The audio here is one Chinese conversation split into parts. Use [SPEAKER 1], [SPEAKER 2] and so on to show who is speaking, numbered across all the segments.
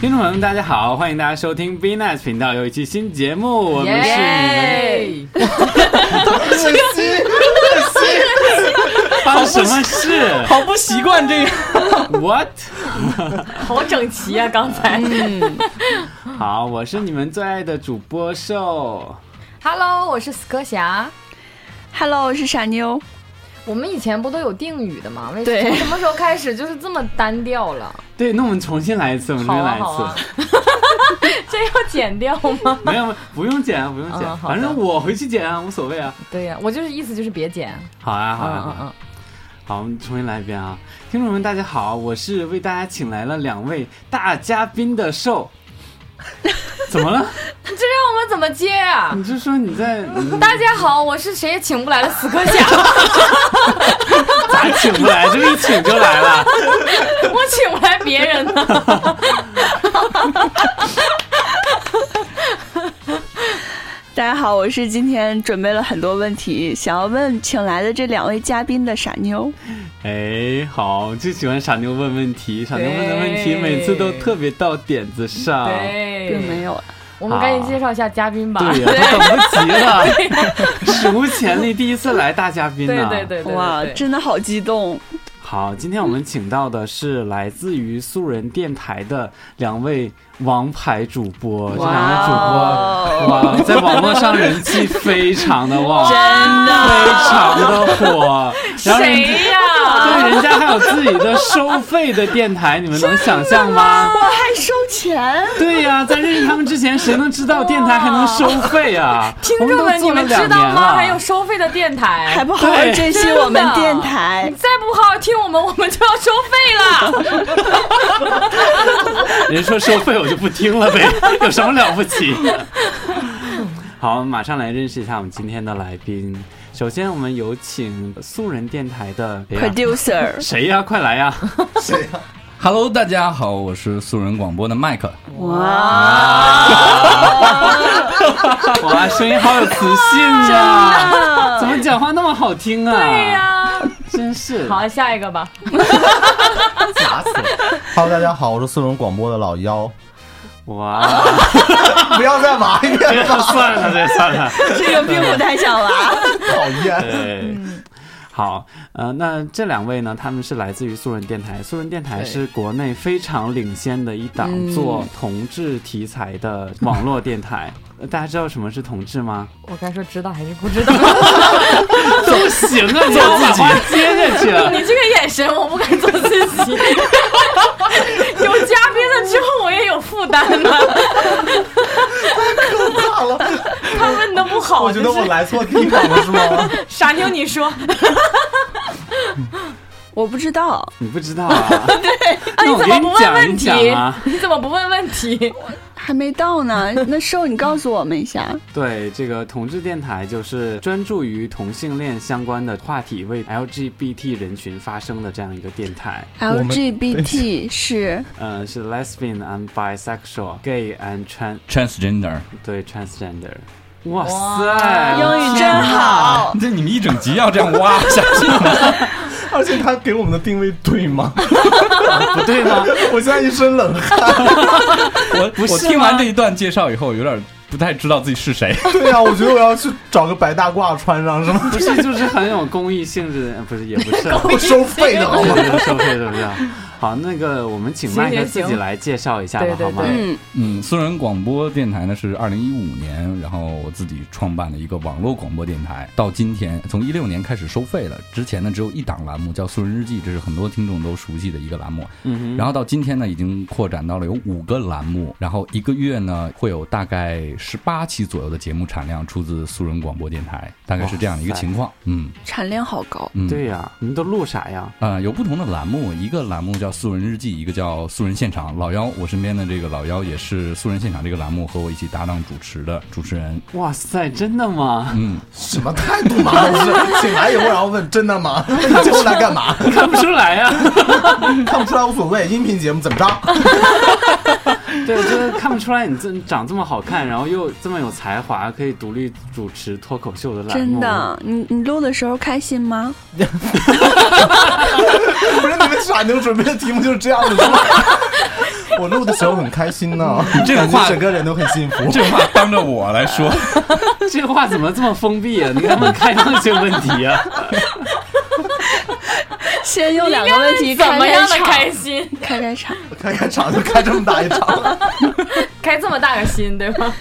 [SPEAKER 1] 众朋友们，大家好，欢迎大家收听 B Nice 频道有一期新节目，我们是
[SPEAKER 2] 耶！
[SPEAKER 3] 恶心，
[SPEAKER 1] 发生什么事
[SPEAKER 3] 好不习惯这个。
[SPEAKER 1] ？What？
[SPEAKER 2] 好整齐啊，刚才。
[SPEAKER 1] 嗯好，我是你们最爱的主播兽，
[SPEAKER 2] Hello，我是死磕侠。
[SPEAKER 4] Hello，我是傻妞。
[SPEAKER 2] 我们以前不都有定语的吗？为
[SPEAKER 4] 对
[SPEAKER 2] 从什么时候开始就是这么单调了？
[SPEAKER 1] 对，那我们重新来一次，我们重新来一次，
[SPEAKER 2] 好 啊好啊这要剪掉吗？
[SPEAKER 1] 没有，不用剪啊，不用剪，
[SPEAKER 2] 嗯好的
[SPEAKER 1] 反正我回去剪啊，无所谓啊。
[SPEAKER 2] 对呀、我就是意思就是别剪。
[SPEAKER 1] 好啊，好啊，
[SPEAKER 2] 嗯
[SPEAKER 1] 好
[SPEAKER 2] 嗯
[SPEAKER 1] 啊，
[SPEAKER 2] 嗯，
[SPEAKER 1] 好，我们重新来一遍啊！听众们，大家好，我是为大家请来了两位大嘉宾的兽。怎么了？
[SPEAKER 2] 这让我们怎么接啊？
[SPEAKER 1] 你就说你在你
[SPEAKER 2] 大家好，我是谁也请不来的死 磕侠，
[SPEAKER 1] 咋请不来？这一请就来了。
[SPEAKER 2] 我请不来别人呢。
[SPEAKER 4] 大家好，我是今天准备了很多问题，想要问请来的这两位嘉宾的傻妞。
[SPEAKER 1] 哎，好，就喜欢傻妞问问题，傻妞问的问题
[SPEAKER 2] 对
[SPEAKER 1] 每次都特别到点子上。
[SPEAKER 4] 并
[SPEAKER 2] 对，
[SPEAKER 4] 没有啊，
[SPEAKER 2] 我们赶紧介绍一下嘉宾吧。
[SPEAKER 1] 对呀、他等不及了，史无前例，第一次来大嘉宾
[SPEAKER 2] 对
[SPEAKER 1] 呢、
[SPEAKER 2] 对对对，
[SPEAKER 4] 哇，
[SPEAKER 2] 对
[SPEAKER 4] 真的好激动！
[SPEAKER 1] 好，今天我们请到的是来自于素人电台的两位王牌主播，这两位主播。哇，
[SPEAKER 4] 哦，
[SPEAKER 1] 在网络上人气非常的旺，非
[SPEAKER 4] 真的，
[SPEAKER 1] 常的火。然后人
[SPEAKER 2] 谁 呀、
[SPEAKER 1] 对人家还有自己的收费的电台，你们能想象吗？
[SPEAKER 4] 我啊还收钱，
[SPEAKER 1] 对呀、在认识他们之前，谁能知道电台还能收费啊？
[SPEAKER 2] 听众
[SPEAKER 1] 我
[SPEAKER 2] 们，
[SPEAKER 1] 们
[SPEAKER 2] 你
[SPEAKER 1] 都做了
[SPEAKER 2] 们知
[SPEAKER 1] 两
[SPEAKER 2] 道
[SPEAKER 1] 年
[SPEAKER 2] 吗？
[SPEAKER 1] 了，
[SPEAKER 2] 还有收费的电台，
[SPEAKER 4] 还不好好
[SPEAKER 1] 对
[SPEAKER 4] 珍惜
[SPEAKER 2] 真的
[SPEAKER 4] 我们电台
[SPEAKER 2] 你。再不好好听我们，我们就要收费 了。
[SPEAKER 1] 人说收费，我就不听了呗， 有什么了不起？好，马上来认识一下我们今天的来宾。首先，我们有请素人电台的谁哎呀
[SPEAKER 4] Producer，
[SPEAKER 1] 谁呀、快来 呀、
[SPEAKER 3] 谁呀？
[SPEAKER 5] Hello，大家好，我是素人广播的麦克。
[SPEAKER 4] 哇，
[SPEAKER 1] 哇，声音好有磁性啊！怎么讲话那么好听啊？
[SPEAKER 2] 对哎呀，
[SPEAKER 1] 真是
[SPEAKER 2] 好，下一个吧。
[SPEAKER 1] 假死了！
[SPEAKER 3] Hello，大家好，我是素人广播的老妖。
[SPEAKER 1] 哇，
[SPEAKER 3] 不要再玩一遍
[SPEAKER 1] 这
[SPEAKER 3] 了，
[SPEAKER 1] 个 算了，这个算了。
[SPEAKER 4] 这个并不太啊想玩。
[SPEAKER 3] 讨厌。
[SPEAKER 1] 对， 好，呃，那这两位呢，他们是来自于素人电台，素人电台是国内非常领先的一档做同志题材的网络电台。呃大家知道什么是同志 吗？
[SPEAKER 2] 我该说知道还是不知道？
[SPEAKER 1] 都行 啊，做自己接下去啊了。
[SPEAKER 2] 你这个眼神，我不敢做自己。有嘉宾了之后，我也有负担呢。
[SPEAKER 3] 怕了，
[SPEAKER 2] 他问的不好，
[SPEAKER 3] 我觉得
[SPEAKER 2] 就
[SPEAKER 3] 我
[SPEAKER 2] 是
[SPEAKER 3] 来错地方了，是吗？
[SPEAKER 2] 傻妞，你说
[SPEAKER 4] 我不知道，
[SPEAKER 1] 你不知道 啊？那我
[SPEAKER 2] 哎怎
[SPEAKER 1] 给
[SPEAKER 2] 么不问
[SPEAKER 1] 讲
[SPEAKER 2] 问
[SPEAKER 1] 一
[SPEAKER 2] 题
[SPEAKER 1] 讲啊。？
[SPEAKER 2] 你怎么不问问题？
[SPEAKER 4] 还没到呢。那瘦，你告诉我们一下。
[SPEAKER 1] 对，这个同志电台就是专注于同性恋相关的话题，为 LGBT 人群发声的这样一个电台。
[SPEAKER 3] 我们
[SPEAKER 4] LGBT 是
[SPEAKER 1] 嗯、是 lesbian and bisexual, gay and trans。
[SPEAKER 5] Transgender，
[SPEAKER 1] 对 transgender。哇
[SPEAKER 2] 哇
[SPEAKER 1] 塞，
[SPEAKER 4] 英语真好。
[SPEAKER 5] 这你们一整集要这样挖下去吗？
[SPEAKER 3] 而且他给我们的定位对吗？
[SPEAKER 1] 不对吗？
[SPEAKER 3] 我现在一身冷汗。
[SPEAKER 5] 我
[SPEAKER 1] 不是吗
[SPEAKER 5] 我听完这一段介绍以后，有点不太知道自己是 谁。
[SPEAKER 3] 对啊呀，我觉得我要去找个白大褂穿上，是吗？
[SPEAKER 1] 不是，就是很有公益性质的，呃不是也不是，
[SPEAKER 3] 我收费的好
[SPEAKER 1] 不
[SPEAKER 3] 吗？
[SPEAKER 1] 是收费的不是。啊好，那个我们请
[SPEAKER 2] 行
[SPEAKER 1] 麦克
[SPEAKER 2] 行
[SPEAKER 1] 自己
[SPEAKER 2] 行
[SPEAKER 1] 来介绍一下
[SPEAKER 2] 对
[SPEAKER 1] 吧，
[SPEAKER 2] 对
[SPEAKER 1] 好吗？
[SPEAKER 2] 对
[SPEAKER 4] 嗯，
[SPEAKER 5] 嗯，素人广播电台呢是二零一五年，然后我自己创办了一个网络广播电台，到今天从一六年开始收费了。之前呢只有一档栏目叫《素人日记》，这是很多听众都熟悉的一个栏目。
[SPEAKER 1] 嗯
[SPEAKER 5] 然
[SPEAKER 1] 后
[SPEAKER 5] 后到今天呢，已经扩展到了有五个栏目，然后一个月呢会有大概十八期左右的节目产量出自素人广播电台，大概是这样的一个情况。嗯
[SPEAKER 4] 产量好高。
[SPEAKER 5] 嗯，
[SPEAKER 1] 对呀，你们都录啥呀？
[SPEAKER 5] 呃，有不同的栏目，一个栏目叫素人日记，一个叫素人现场。老妖，我身边的这个老妖也是素人现场这个栏目和我一起搭档主持的主持人。
[SPEAKER 1] 哇塞，真的吗？
[SPEAKER 5] 嗯，
[SPEAKER 3] 什么态度嘛？这是醒来以后，然后问真的吗？你叫我来干嘛？
[SPEAKER 1] 看不出来啊呀。
[SPEAKER 3] 看不出来无所谓，音频节目怎么着？
[SPEAKER 1] 对，我觉得看不出来你这长这么好看，然后又这么有才华，可以独立主持脱口秀的栏目。
[SPEAKER 4] 真的，你你录的时候开心吗？
[SPEAKER 3] 不是你们傻妞准备的题目就是这样的，是吗？我录的时候很开心呢，
[SPEAKER 5] 这个
[SPEAKER 3] 感
[SPEAKER 5] 话
[SPEAKER 3] 觉整个人都很幸福。
[SPEAKER 5] 这话当着我来说，
[SPEAKER 1] 这话怎么这么封闭啊？你能不能开放性问题啊？
[SPEAKER 4] 先用两个问题
[SPEAKER 2] 怎
[SPEAKER 4] 开
[SPEAKER 2] 么
[SPEAKER 4] 开
[SPEAKER 2] 样的开
[SPEAKER 4] 场，
[SPEAKER 2] 心？
[SPEAKER 4] 开开场。
[SPEAKER 3] 开开场就开这么大一场了，
[SPEAKER 2] 开这么大个心，对吗？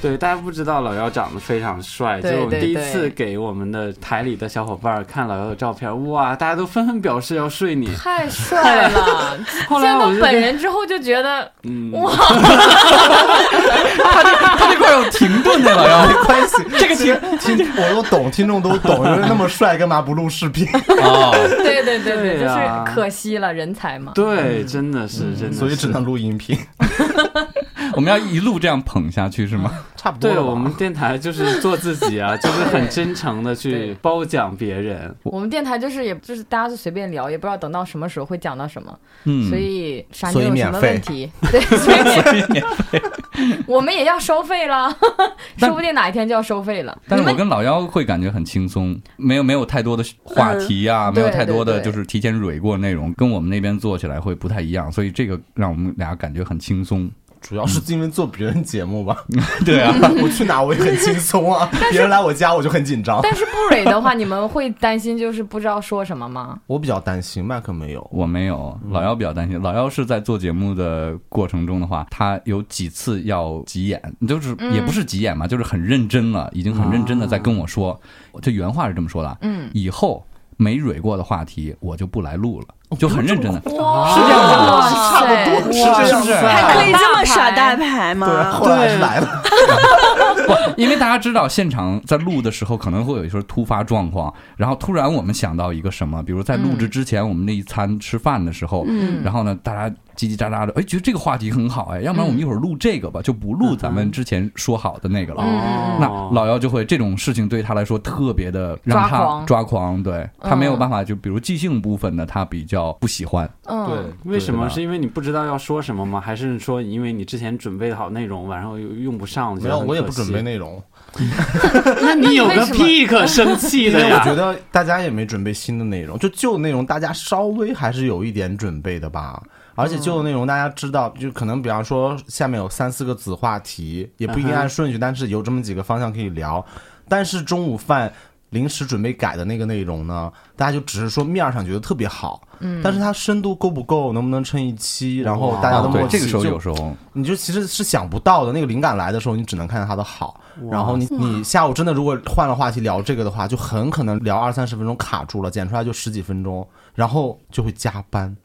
[SPEAKER 1] 对，大家不知道老姚长得非常帅，
[SPEAKER 2] 对
[SPEAKER 1] 就是我们
[SPEAKER 2] 对
[SPEAKER 1] 第一
[SPEAKER 2] 对
[SPEAKER 1] 次给我们的台里的小伙伴看老姚的照片，哇，大家都纷纷表示要睡 你。
[SPEAKER 2] 太帅 了！
[SPEAKER 1] 后来
[SPEAKER 2] 见到
[SPEAKER 1] 我就
[SPEAKER 2] 本
[SPEAKER 1] 跟，
[SPEAKER 2] 人之后就觉得，
[SPEAKER 1] 嗯，
[SPEAKER 5] 他这块有停顿的老姚
[SPEAKER 3] 没关系。这个听听我都懂，听众都懂，就是那么帅，干嘛不录视频？
[SPEAKER 5] 哦，
[SPEAKER 2] 对对对
[SPEAKER 1] 对
[SPEAKER 2] 就
[SPEAKER 1] 呀
[SPEAKER 2] 是可惜了人才嘛。
[SPEAKER 1] 对，真的是，真的是，
[SPEAKER 3] 嗯所以只能录音频，
[SPEAKER 5] 我们要一路这样捧下去是吗？
[SPEAKER 3] 差不多
[SPEAKER 1] 对
[SPEAKER 3] 了吧。
[SPEAKER 1] 我们电台就是做自己 啊，就是很真诚的
[SPEAKER 2] 对
[SPEAKER 1] 去褒奖别人。
[SPEAKER 2] 我们电台就是也就是大家就随便聊，也不知道等到什么时候会讲到什么，
[SPEAKER 5] 嗯，
[SPEAKER 2] 所以傻妞
[SPEAKER 3] 所以
[SPEAKER 2] 有什
[SPEAKER 3] 免
[SPEAKER 2] 么
[SPEAKER 3] 费
[SPEAKER 2] 问题？对，所以 我们也要收费了，
[SPEAKER 5] 但
[SPEAKER 2] 说不定哪一天就要收费了。
[SPEAKER 5] 但是
[SPEAKER 2] 你
[SPEAKER 5] 我
[SPEAKER 2] 们
[SPEAKER 5] 跟老妖会感觉很轻松，没有没有太多的话题啊，
[SPEAKER 2] 嗯
[SPEAKER 5] 没有
[SPEAKER 2] 对
[SPEAKER 5] 太多的
[SPEAKER 2] 对对
[SPEAKER 5] 就是提前蕊过内容，跟我们那边做起来会不太一样，所以这个让我们俩感觉很轻松。
[SPEAKER 3] 主要是因为做别人节目吧，
[SPEAKER 5] 对啊，
[SPEAKER 3] 我去哪我也很轻松啊，别人来我家我就很紧张。
[SPEAKER 2] 但是不蕊的话，你们会担心就是不知道说什么吗？
[SPEAKER 3] 我比较担心麦克没有，
[SPEAKER 5] 我没有，
[SPEAKER 2] 嗯
[SPEAKER 5] 老妖比较担心。老妖是在做节目的过程中的话，他有几次要急眼，就是
[SPEAKER 2] 嗯
[SPEAKER 5] 也不是急眼嘛，就是很认真了，已经很认真的在跟我说，这原话是这么说的：
[SPEAKER 2] 哦嗯，
[SPEAKER 5] 以后没蕊过的话题，我就不来录
[SPEAKER 2] 哦
[SPEAKER 5] 了，就很认真的。
[SPEAKER 2] 哇
[SPEAKER 5] 是这样吗
[SPEAKER 2] 哇塞
[SPEAKER 3] 差不多是这样子啊
[SPEAKER 4] 还可以这么耍
[SPEAKER 2] 大
[SPEAKER 4] 大
[SPEAKER 2] 牌
[SPEAKER 4] 牌
[SPEAKER 3] 对，
[SPEAKER 4] 吗？
[SPEAKER 3] 后来还是来了，
[SPEAKER 5] 不，因为大家知道现场在录的时候可能会有一些突发状况，然后突然我们想到一个什么，比如在录制之前我们那一餐吃饭的时候，
[SPEAKER 2] 嗯
[SPEAKER 5] 然后呢大家叽叽喳喳的，哎，觉得这个话题很好哎，要不然我们一会儿录这个吧，就不录咱们之前说好的那个
[SPEAKER 1] 哦
[SPEAKER 5] 了。
[SPEAKER 2] 嗯
[SPEAKER 5] 那老姚就会这种事情对他来说特别的让
[SPEAKER 2] 抓
[SPEAKER 5] 他
[SPEAKER 2] 狂
[SPEAKER 5] 抓狂，对他没有
[SPEAKER 2] 嗯
[SPEAKER 5] 办法，就比如即兴部分呢，他比较不喜欢。
[SPEAKER 2] 嗯，
[SPEAKER 1] 为什
[SPEAKER 5] 对
[SPEAKER 1] 么？
[SPEAKER 5] 吧
[SPEAKER 1] 是因为你不知道要说什么吗？还是说因为你之前准备好内容，然后又用不上？
[SPEAKER 3] 没有，我也不准备内容，
[SPEAKER 1] 那你有个屁可生气
[SPEAKER 3] 因
[SPEAKER 1] 的
[SPEAKER 3] 为我
[SPEAKER 1] 呀！
[SPEAKER 3] 觉得大家也没准备新的内容，就旧内容大家稍微还是有一点准备的吧。而且旧的内容大家知道，就可能比方说下面有三四个子话题，也不一定按顺序，但是有这么几个方向可以聊。但是中午饭临时准备改的那个内容呢，大家就只是说面儿上觉得特别好，嗯，但是它深度够不够，能不能撑一期，然后大家的
[SPEAKER 5] 啊对
[SPEAKER 3] 默契
[SPEAKER 5] 这个时候
[SPEAKER 3] 就
[SPEAKER 5] 有时候
[SPEAKER 3] 你就其实是想不到的，那个灵感来的时候，你只能看到它的好。然后你你下午真的如果换了话题聊这个的话，就很可能聊二三十分钟卡住了，剪出来就十几分钟，然后就会加班，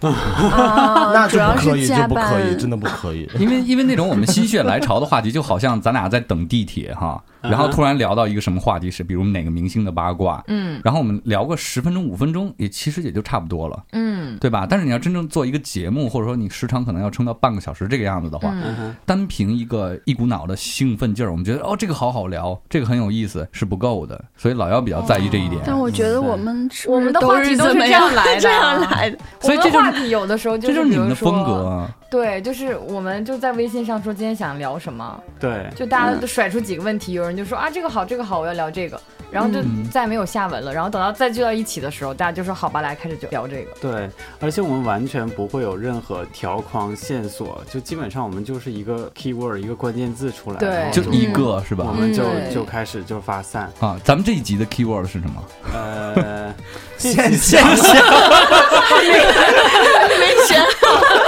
[SPEAKER 3] 那
[SPEAKER 4] 啊，主
[SPEAKER 3] 就
[SPEAKER 4] 要
[SPEAKER 3] 不可
[SPEAKER 4] 是
[SPEAKER 3] 以，
[SPEAKER 4] 加
[SPEAKER 3] 就不
[SPEAKER 4] 班
[SPEAKER 3] 可。以，真的不可以。
[SPEAKER 5] 因为因为那种我们心血来潮的话题，就好像咱俩在等地铁哈，然后突然聊到一个什么话题是，比如哪个明星的八卦，嗯，然后我们聊个十分钟五分钟，也其实也就差不多了，嗯，对吧？但是你要真正做一个节目，或者说你时长可能要撑到半个小时这个样子的话，
[SPEAKER 1] 嗯
[SPEAKER 2] 嗯
[SPEAKER 5] 单凭一个一股脑的兴奋劲儿，我们觉得哦这个好好聊，这个很有意思是不够的，所以老姚比较在意这一点。
[SPEAKER 4] 但我觉得我们是不
[SPEAKER 2] 我们的话题
[SPEAKER 4] 是
[SPEAKER 2] 都是
[SPEAKER 4] 这么
[SPEAKER 2] 这样来的
[SPEAKER 4] 这样来的。
[SPEAKER 5] 所以
[SPEAKER 2] 我
[SPEAKER 5] 这
[SPEAKER 2] 们
[SPEAKER 5] 就
[SPEAKER 2] 话
[SPEAKER 5] 是
[SPEAKER 2] 题有的时候
[SPEAKER 5] 这
[SPEAKER 2] 是
[SPEAKER 5] 就是你们的
[SPEAKER 2] 比如说
[SPEAKER 5] 风格，啊。
[SPEAKER 2] 对，就是我们就在微信上说今天想聊什么，
[SPEAKER 1] 对，
[SPEAKER 2] 就大家都甩出几个问题，有人就说啊这个好，这个好，我要聊这个，然后就再没有下文了。然后等到再聚到一起的时候，大家就说好吧，来开始就聊这个。
[SPEAKER 1] 对，而且我们完全不会有任何条框线索，就基本上我们就是一个 keyword 一个关键字出来，
[SPEAKER 2] 对
[SPEAKER 1] 然后嗯
[SPEAKER 5] 就一个、是
[SPEAKER 1] 我
[SPEAKER 5] 吧？
[SPEAKER 1] 们就
[SPEAKER 2] 嗯
[SPEAKER 1] 就开始就发散。
[SPEAKER 5] 啊，咱们这一集的 keyword 是什么？
[SPEAKER 1] 呃，
[SPEAKER 3] 现象，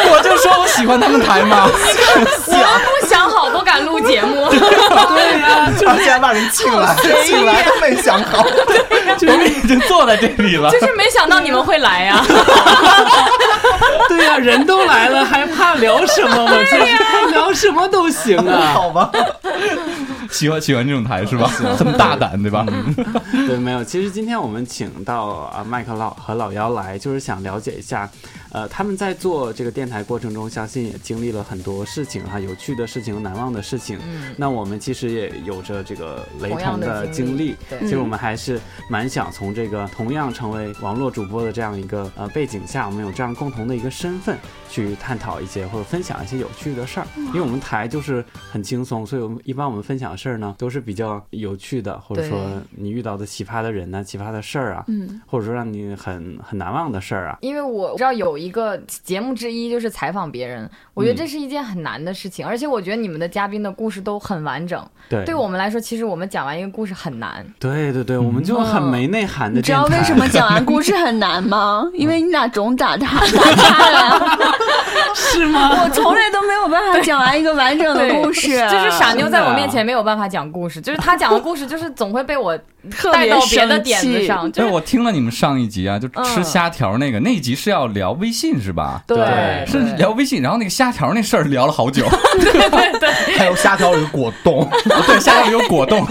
[SPEAKER 5] 我就说我喜欢他们台嘛。
[SPEAKER 2] 不想好都敢录节 目，
[SPEAKER 1] 对呀、
[SPEAKER 3] 而且还把人请来，请来都没想好，
[SPEAKER 5] 我们已经坐在这里 了。
[SPEAKER 2] 就是没想到你们会来啊呀、
[SPEAKER 1] 对呀、人都来了，还怕聊什么嘛？就是聊什么都行 啊。
[SPEAKER 3] 好吧？
[SPEAKER 5] 喜欢喜欢这种台 是吧？很大胆对吧？
[SPEAKER 2] 嗯
[SPEAKER 5] 嗯
[SPEAKER 1] 对，没有。其实今天我们请到啊麦克老和老姚来，就是想了解一下，呃，他们在做这个电台过程中，相信也经历了很多事情哈，有趣的事情、难忘的事情。
[SPEAKER 2] 嗯，
[SPEAKER 1] 那我们其实也有着这个雷
[SPEAKER 2] 同样
[SPEAKER 1] 同的
[SPEAKER 2] 的经
[SPEAKER 1] 经
[SPEAKER 2] 历嗯
[SPEAKER 1] 历，
[SPEAKER 2] 对
[SPEAKER 1] 其实我们还是蛮想从这个同样成为网络主播的这样一个呃背景下，我们有这样共同的一个身份去探讨一些或者分享一些有趣的事儿，因为我们台就是很轻松，所以我们一般我们分享档事儿呢，都是比较有趣的，或者说你遇到的奇葩的人呐、奇葩的事儿啊，
[SPEAKER 4] 嗯，
[SPEAKER 1] 或者说让你很很难忘的事儿啊。
[SPEAKER 2] 因为我知道有一个节目之一就是采访别人，我觉得这是一件很难的事情，而且我觉得你们的嘉宾的故事都很完整。
[SPEAKER 1] 对，
[SPEAKER 2] 对我们来说，其实我们讲完一个故事很难。
[SPEAKER 1] 对对对，我们就很没内涵的
[SPEAKER 4] 你知道
[SPEAKER 1] 电台。
[SPEAKER 4] 为什么讲完故事很难 吗？因为你俩总打他打岔呀，
[SPEAKER 1] 是吗？
[SPEAKER 4] 我从来都没有办法讲完一个完整的故事，
[SPEAKER 2] 就是傻妞在我面前没有办法讲故事，就是她讲的故事，就是总会被我
[SPEAKER 4] 特
[SPEAKER 2] 带
[SPEAKER 4] 别
[SPEAKER 2] 到别的
[SPEAKER 4] 生
[SPEAKER 2] 点子
[SPEAKER 4] 气。
[SPEAKER 2] 上，就是
[SPEAKER 5] 但是哎
[SPEAKER 2] 嗯
[SPEAKER 5] 我听了你们上一集啊，就吃虾条那个，那一集是要聊微信是吧？
[SPEAKER 1] 对
[SPEAKER 5] 是
[SPEAKER 2] 对
[SPEAKER 5] 聊微信，然后那个虾条那事儿聊了 好久，
[SPEAKER 3] 还有虾条鱼果冻，
[SPEAKER 5] 对，虾条有果冻，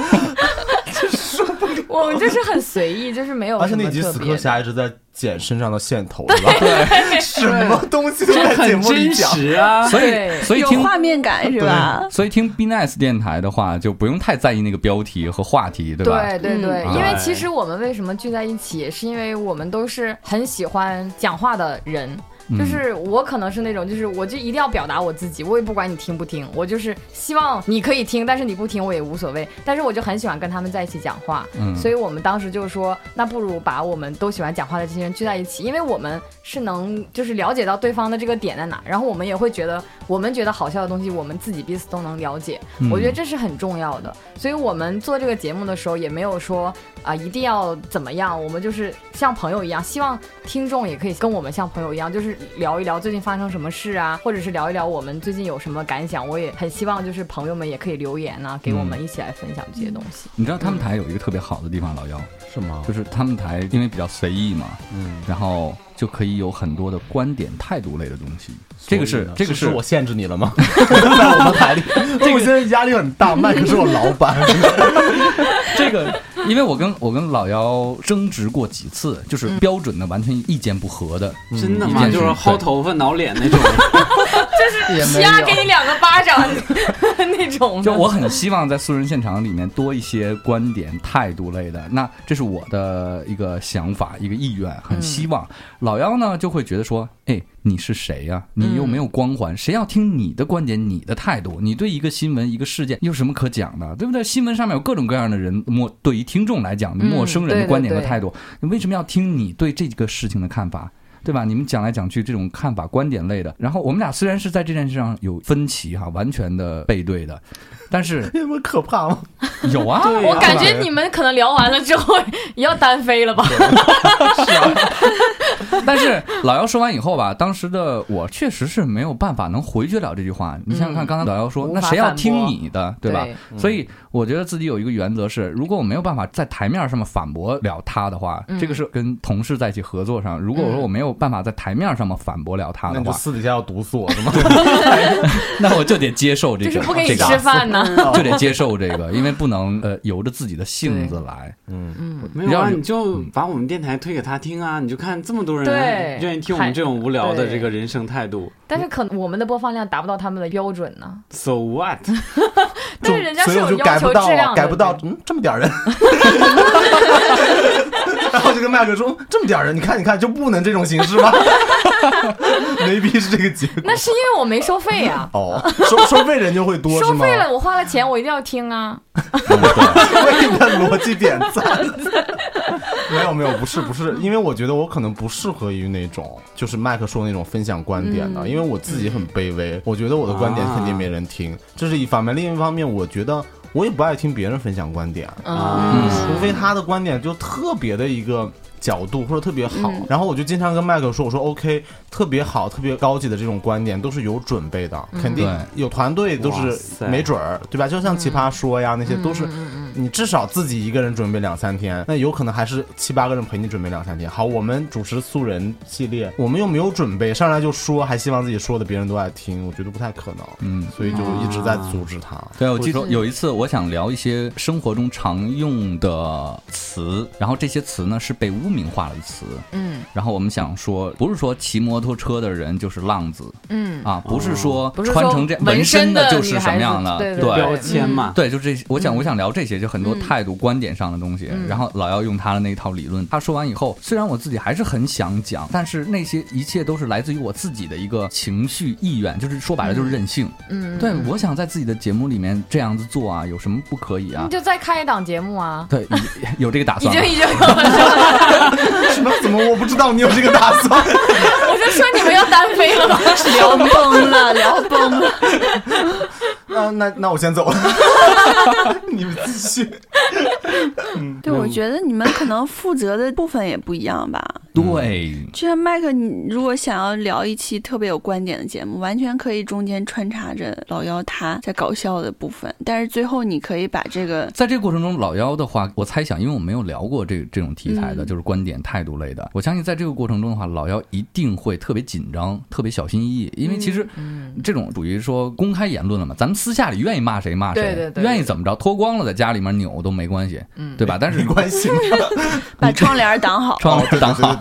[SPEAKER 2] 我们就是很随意，就是没有
[SPEAKER 3] 而且
[SPEAKER 2] 什么
[SPEAKER 3] 那集
[SPEAKER 2] 特
[SPEAKER 3] 死
[SPEAKER 2] 别
[SPEAKER 3] 磕
[SPEAKER 2] 的
[SPEAKER 3] 侠一直在剪身上的线头，对吧？对，什么东西都在节
[SPEAKER 1] 很
[SPEAKER 3] 目里
[SPEAKER 1] 真
[SPEAKER 3] 讲。
[SPEAKER 1] 实啊！
[SPEAKER 5] 所
[SPEAKER 2] 对
[SPEAKER 5] 以所以
[SPEAKER 4] 有
[SPEAKER 5] 听
[SPEAKER 4] 画面感是吧？
[SPEAKER 5] 所以听 B Nice 电台的话，就不用太在意那个标题和话题，对吧？
[SPEAKER 2] 对对
[SPEAKER 4] 嗯
[SPEAKER 2] 对，
[SPEAKER 1] 啊
[SPEAKER 2] 因为其实我们为什么聚在一起，是因为我们都是很喜欢讲话的人。
[SPEAKER 5] 嗯
[SPEAKER 2] 就是我可能是那种，就是我就一定要表达我自己，我也不管你听不听，我就是希望你可以听，但是你不听我也无所谓。但是我就很喜欢跟他们在一起讲话，
[SPEAKER 5] 嗯
[SPEAKER 2] 所以我们当时就说，那不如把我们都喜欢讲话的这些人聚在一起，因为我们是能就是了解到对方的这个点在哪，
[SPEAKER 5] 嗯
[SPEAKER 2] 然后我们也会觉得我们觉得好笑的东西，我们自己彼此都能了解。
[SPEAKER 5] 嗯
[SPEAKER 2] 我觉得这是很重要的。所以我们做这个节目的时候也没有说啊、一定要怎么样，我们就是像朋友一样，希望听众也可以跟我们像朋友一样，就是聊一聊最近发生什么事啊，或者是聊一聊我们最近有什么感想。我也很希望就是朋友们也可以留言啊，给我们
[SPEAKER 5] 嗯
[SPEAKER 2] 一起来分享这些东西。
[SPEAKER 5] 你知道他们台有一个特别好的地方，老幺
[SPEAKER 3] 是吗？
[SPEAKER 5] 就是他们台因为比较随意嘛，
[SPEAKER 3] 嗯，
[SPEAKER 5] 然后就可以有很多的观点、态度类的东西。这个是这个
[SPEAKER 3] 是
[SPEAKER 5] 是
[SPEAKER 3] 我限制你了吗？在 我们 台里，我现在压力很大，麦克是我老 板。
[SPEAKER 5] 这个，因为我跟我跟老幺争执过几次，就是标准的完全意见不合的，
[SPEAKER 1] 真的
[SPEAKER 5] 一
[SPEAKER 1] 吗？
[SPEAKER 5] 件
[SPEAKER 1] 就
[SPEAKER 5] 事
[SPEAKER 1] 是薅头发、挠脸那种。
[SPEAKER 3] 也没
[SPEAKER 2] 瞎给你两个巴掌 那种
[SPEAKER 5] 就
[SPEAKER 2] 的。
[SPEAKER 5] 我很希望在素人现场里面多一些观点、态度类的。那这是我的一个想法、一个意愿，很希望、老幺呢就会觉得说，哎，你是谁呀、你又没有光环，谁要听你的观点、你的态度？你对一个新闻、一个事件有什么可讲的，对不对？新闻上面有各种各样的人，陌对于听众来讲，
[SPEAKER 2] 嗯
[SPEAKER 5] 陌生人的观点和
[SPEAKER 2] 对对对
[SPEAKER 5] 态度，你为什么要听你对这个事情的看法？对吧？你们讲来讲去这种看法、观点类的，然后我们俩虽然是在这件事上有分歧哈、完全的背对的，但是
[SPEAKER 3] 那么可怕吗？
[SPEAKER 5] 有啊，
[SPEAKER 1] 对
[SPEAKER 2] 我
[SPEAKER 1] 啊
[SPEAKER 2] 感觉你们可能聊完了之后 也要单飞了吧？
[SPEAKER 5] 但是老姚说完以后吧，当时的我确实是没有办法能回绝了这句话。你想想看，刚才老姚说，
[SPEAKER 2] 嗯无法
[SPEAKER 5] 那谁要
[SPEAKER 2] 反驳
[SPEAKER 5] 听你的，对吧？
[SPEAKER 2] 对嗯
[SPEAKER 5] 所以我觉得自己有一个原则是，如果我没有办法在台面上面反驳了他的话，
[SPEAKER 2] 嗯
[SPEAKER 5] 这个是跟同事在一起合作上，如果我说我没有办法在台面上面反驳了他
[SPEAKER 3] 那
[SPEAKER 5] 的
[SPEAKER 3] 你就
[SPEAKER 5] 话，
[SPEAKER 3] 私底下要毒死我的 吗？
[SPEAKER 5] 那我就得接受这
[SPEAKER 2] 就
[SPEAKER 5] 个，
[SPEAKER 2] 是不给你
[SPEAKER 5] 这个啊
[SPEAKER 2] 吃饭呢。
[SPEAKER 5] 就得接受这个，因 为不能呃由着自己的性子来。
[SPEAKER 3] 嗯
[SPEAKER 2] 嗯
[SPEAKER 1] 没有
[SPEAKER 5] 要
[SPEAKER 1] 啊，
[SPEAKER 5] 是
[SPEAKER 1] 你就把我们电台推给他听啊！你就看这么多人
[SPEAKER 2] 对
[SPEAKER 1] 愿意听我们这种无聊的
[SPEAKER 2] 还
[SPEAKER 1] 这个人生态度
[SPEAKER 2] 但是可能我们的播放量达不到他们的标准呢。
[SPEAKER 1] ，so what？
[SPEAKER 2] 但是人家
[SPEAKER 3] 所
[SPEAKER 2] 是
[SPEAKER 3] 以我
[SPEAKER 2] 有
[SPEAKER 3] 就
[SPEAKER 2] 要
[SPEAKER 3] 改
[SPEAKER 2] 求质
[SPEAKER 3] 不到，
[SPEAKER 2] 量的，
[SPEAKER 3] 改不到，嗯，这么点儿人。 然后就跟麦克说：“嗯这么点儿人，你看，你看，就不能这种形式吗？” maybe 是这个结果
[SPEAKER 2] 那是因为我没收费呀、
[SPEAKER 3] 哦，收收费人就会多是
[SPEAKER 2] 收
[SPEAKER 3] 吗？
[SPEAKER 2] 费了，我花了钱，我一定要听啊！
[SPEAKER 3] 为你的逻辑点赞。没有没有，不是不是，因为我觉得我可能不适合于那种，就是麦克说的那种分享观点的，因为我自己很卑微，我觉得我的观点肯定没人听，这是一方面。另一方面，我觉得我也不爱听别人分享观点，嗯
[SPEAKER 1] 啊，
[SPEAKER 3] 除非他的观点就特别的一个。角度或者特别好，然后我就经常跟麦克说，我说 OK，特别好、特别高级的这种观点都是有准备的，肯定
[SPEAKER 5] 对
[SPEAKER 3] 有团队都
[SPEAKER 1] 哇
[SPEAKER 3] 是
[SPEAKER 1] 塞嗯
[SPEAKER 3] 没准儿，对吧？就像奇葩说呀、那些都是，你至少自己一个人准备两三天，那有可能还是七八个人陪你准备两三天。好，我们主持素人系列，我们又没有准备，上来就说，还希望自己说的别人都爱听，我觉得不太可能，
[SPEAKER 5] 嗯，
[SPEAKER 3] 所以就一直在阻止他。
[SPEAKER 5] 对，我记得
[SPEAKER 2] 是
[SPEAKER 5] 有一次，我想聊一些生活中常用的词，然后这些词呢是被污名化了的词。
[SPEAKER 2] 嗯
[SPEAKER 5] 然后我们想说，不是说骑摩托车的人就是浪子
[SPEAKER 2] 嗯，
[SPEAKER 5] 啊，不是说
[SPEAKER 2] 不是
[SPEAKER 5] 穿成这
[SPEAKER 2] 纹
[SPEAKER 5] 身
[SPEAKER 2] 的
[SPEAKER 5] 就是
[SPEAKER 2] 女
[SPEAKER 5] 什
[SPEAKER 2] 孩
[SPEAKER 5] 么
[SPEAKER 2] 子
[SPEAKER 5] 样的，
[SPEAKER 2] 对
[SPEAKER 1] 标签嘛，
[SPEAKER 2] 啊
[SPEAKER 5] 对，就这些。我想我想聊这些，就很多态度、观点上的东西。
[SPEAKER 2] 嗯
[SPEAKER 5] 然后老要用他的那一套理论，他说完以后，虽然我自己还是很想讲，但是那些一切都是来自于我自己的一个情绪意愿，就是说白了就是任性。
[SPEAKER 2] 嗯，
[SPEAKER 5] 对，我想在自己的节目里面这样子做啊，有什么不可以啊
[SPEAKER 2] 你？就再开一档节目啊。
[SPEAKER 5] 对， 有有这个打
[SPEAKER 2] 已
[SPEAKER 5] 算
[SPEAKER 2] 经
[SPEAKER 5] 吗？
[SPEAKER 2] 已经有了，
[SPEAKER 1] 嗯
[SPEAKER 2] 是吧
[SPEAKER 3] 什么？怎么我不知道你有这个打算？
[SPEAKER 2] 我就说你们要单飞 了吗？
[SPEAKER 4] 聊崩了，聊崩了。
[SPEAKER 3] 那那那我先走了， 你们继续。
[SPEAKER 4] 嗯对，
[SPEAKER 5] 嗯
[SPEAKER 4] 我觉得你们可能负责的部分也不一样 吧。
[SPEAKER 5] 对，
[SPEAKER 4] 就像麦克，你如果想要聊一期特别有观点的节目，完全可以中间穿插着老妖他在搞笑的部分，但是最后你可以把这个
[SPEAKER 5] 在这个过程中，老妖的话，我猜想，因为我没有聊过这这种题
[SPEAKER 2] 嗯
[SPEAKER 5] 材的，就是观点、态度类的。我相信在这个过程中的话，老妖一定会特别紧张，特别小心翼翼，因为
[SPEAKER 2] 嗯
[SPEAKER 5] 其实这种属于说公开言论了嘛，咱们私下里愿意骂谁骂谁，
[SPEAKER 2] 对对嗯对
[SPEAKER 5] 愿意怎么着，脱光了在家里面扭都没关系，对吧？但是
[SPEAKER 3] 没 关哦系吗？
[SPEAKER 4] 把窗帘挡好。
[SPEAKER 5] 窗户挡好。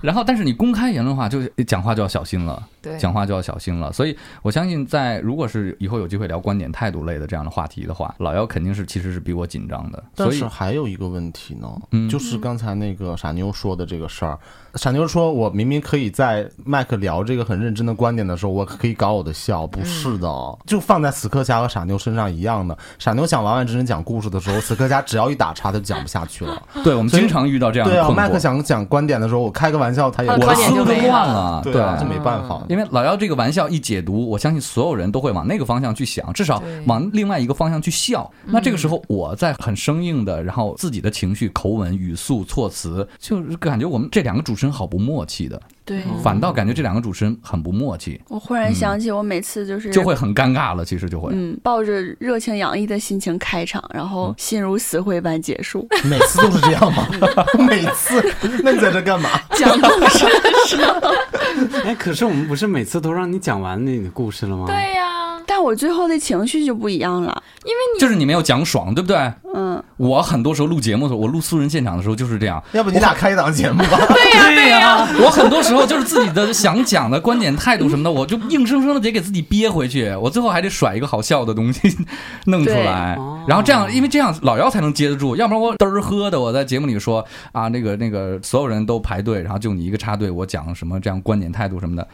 [SPEAKER 5] 然后，但是你公开言论的话，就呃讲话就要小心了，
[SPEAKER 2] 对
[SPEAKER 5] 讲话就要小心了。所以我相信，在如果是以后有机会聊观点、态度类的这样的话题的话，老妖肯定是其实是比我紧张的，
[SPEAKER 3] 但
[SPEAKER 5] 所以
[SPEAKER 3] 是还有一个问题呢，
[SPEAKER 5] 嗯
[SPEAKER 3] 就是刚才那个傻妞说的这个事儿。傻妞说，我明明可以在麦克聊这个很认真的观点的时候，我可以搞我的笑，不是的哦，
[SPEAKER 5] 嗯
[SPEAKER 3] 就放在死磕侠和傻妞身上一样的。傻妞想完完整整讲故事的时候，死磕侠只要一打岔，他就讲不下 去了。
[SPEAKER 5] 对我们
[SPEAKER 3] 所以
[SPEAKER 5] 经常遇到这样的
[SPEAKER 3] 对啊，
[SPEAKER 5] 困
[SPEAKER 3] 麦克
[SPEAKER 5] 惑。
[SPEAKER 3] 想讲观点的时候，我开个玩笑，他也
[SPEAKER 2] 他的
[SPEAKER 5] 我
[SPEAKER 3] 我
[SPEAKER 5] 的
[SPEAKER 2] 观点
[SPEAKER 5] 思
[SPEAKER 2] 就
[SPEAKER 5] 路都
[SPEAKER 2] 没
[SPEAKER 5] 乱
[SPEAKER 2] 了
[SPEAKER 5] 了，
[SPEAKER 3] 对啊，这没办法。
[SPEAKER 5] 因为老妖这个玩笑一解读，我相信所有人都会往那个方向去想，至少
[SPEAKER 2] 对
[SPEAKER 5] 往另外一个方向去笑。那这个时
[SPEAKER 4] 嗯
[SPEAKER 5] 候，我在很生硬的，然后自己的情绪、口吻、语速、措辞，就是感觉我们这两个主持人好不默契的，
[SPEAKER 4] 对，
[SPEAKER 5] 反倒感觉这两个主持人很不默契，
[SPEAKER 4] 我忽然想起，我每次就是
[SPEAKER 5] 就会很尴尬了。其实就会，
[SPEAKER 4] 嗯，抱着热情洋溢的心情开场，然
[SPEAKER 5] 嗯
[SPEAKER 4] 后心如死灰般结 束。
[SPEAKER 3] 每次都是这样吗？ 每次？那你在这 干嘛？
[SPEAKER 4] 讲故事的时候，
[SPEAKER 1] 哎，可是我们不是每次都让你讲完你的故事了吗？
[SPEAKER 2] 对呀、
[SPEAKER 4] 但我最后的情绪就不一样了。
[SPEAKER 5] 就是你没有讲爽，对不对？
[SPEAKER 4] 嗯，
[SPEAKER 5] 我很多时候录节目的时候，我录素人现场的时候就是这样，
[SPEAKER 3] 要不你俩开一档节目吧？
[SPEAKER 5] 对呀、 我很多时候就是自己的想讲的观点、态度什么的，我就硬生生的得给自己憋回去，我最后还得甩一个好笑的东西弄出来
[SPEAKER 1] 对哦，
[SPEAKER 5] 然后这样，因为这样老姚才能接得住，要不然我嘚儿喝的，我在节目里说
[SPEAKER 2] 嗯
[SPEAKER 5] 啊，那个那个，所有人都排队，然后就你一个插队，我讲什么这样观点、态度什么的。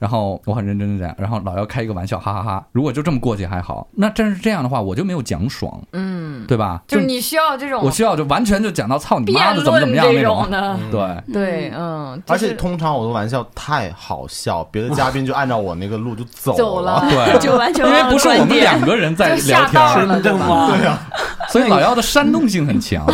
[SPEAKER 5] 然后我很认真的讲，然后老姚开一个玩笑，哈哈哈如果就这么过去还好，那真是这样的话，我就没有讲爽，
[SPEAKER 2] 嗯，
[SPEAKER 5] 对吧？
[SPEAKER 2] 就是你需要这种
[SPEAKER 5] 我需要就完全就讲到操你妈
[SPEAKER 2] 辩
[SPEAKER 5] 的怎么
[SPEAKER 2] 论
[SPEAKER 5] 怎么样那
[SPEAKER 2] 这
[SPEAKER 5] 种，
[SPEAKER 2] 的，
[SPEAKER 5] 对。
[SPEAKER 2] 对，嗯，就
[SPEAKER 3] 而且
[SPEAKER 2] 是
[SPEAKER 3] 通常我的玩笑太好笑，别的嘉宾就按照我那个路就走了。
[SPEAKER 2] 走了
[SPEAKER 5] 对，
[SPEAKER 4] 就 完全
[SPEAKER 5] 因为
[SPEAKER 4] 忘了
[SPEAKER 5] 不是我
[SPEAKER 4] 观
[SPEAKER 5] 们
[SPEAKER 4] 点
[SPEAKER 5] 两个人 在
[SPEAKER 2] 就下
[SPEAKER 5] 聊天
[SPEAKER 2] 道
[SPEAKER 5] 儿，啊
[SPEAKER 2] 了，
[SPEAKER 1] 真的
[SPEAKER 2] 对吧
[SPEAKER 1] 吗？
[SPEAKER 5] 所以老妖的煽动性很强。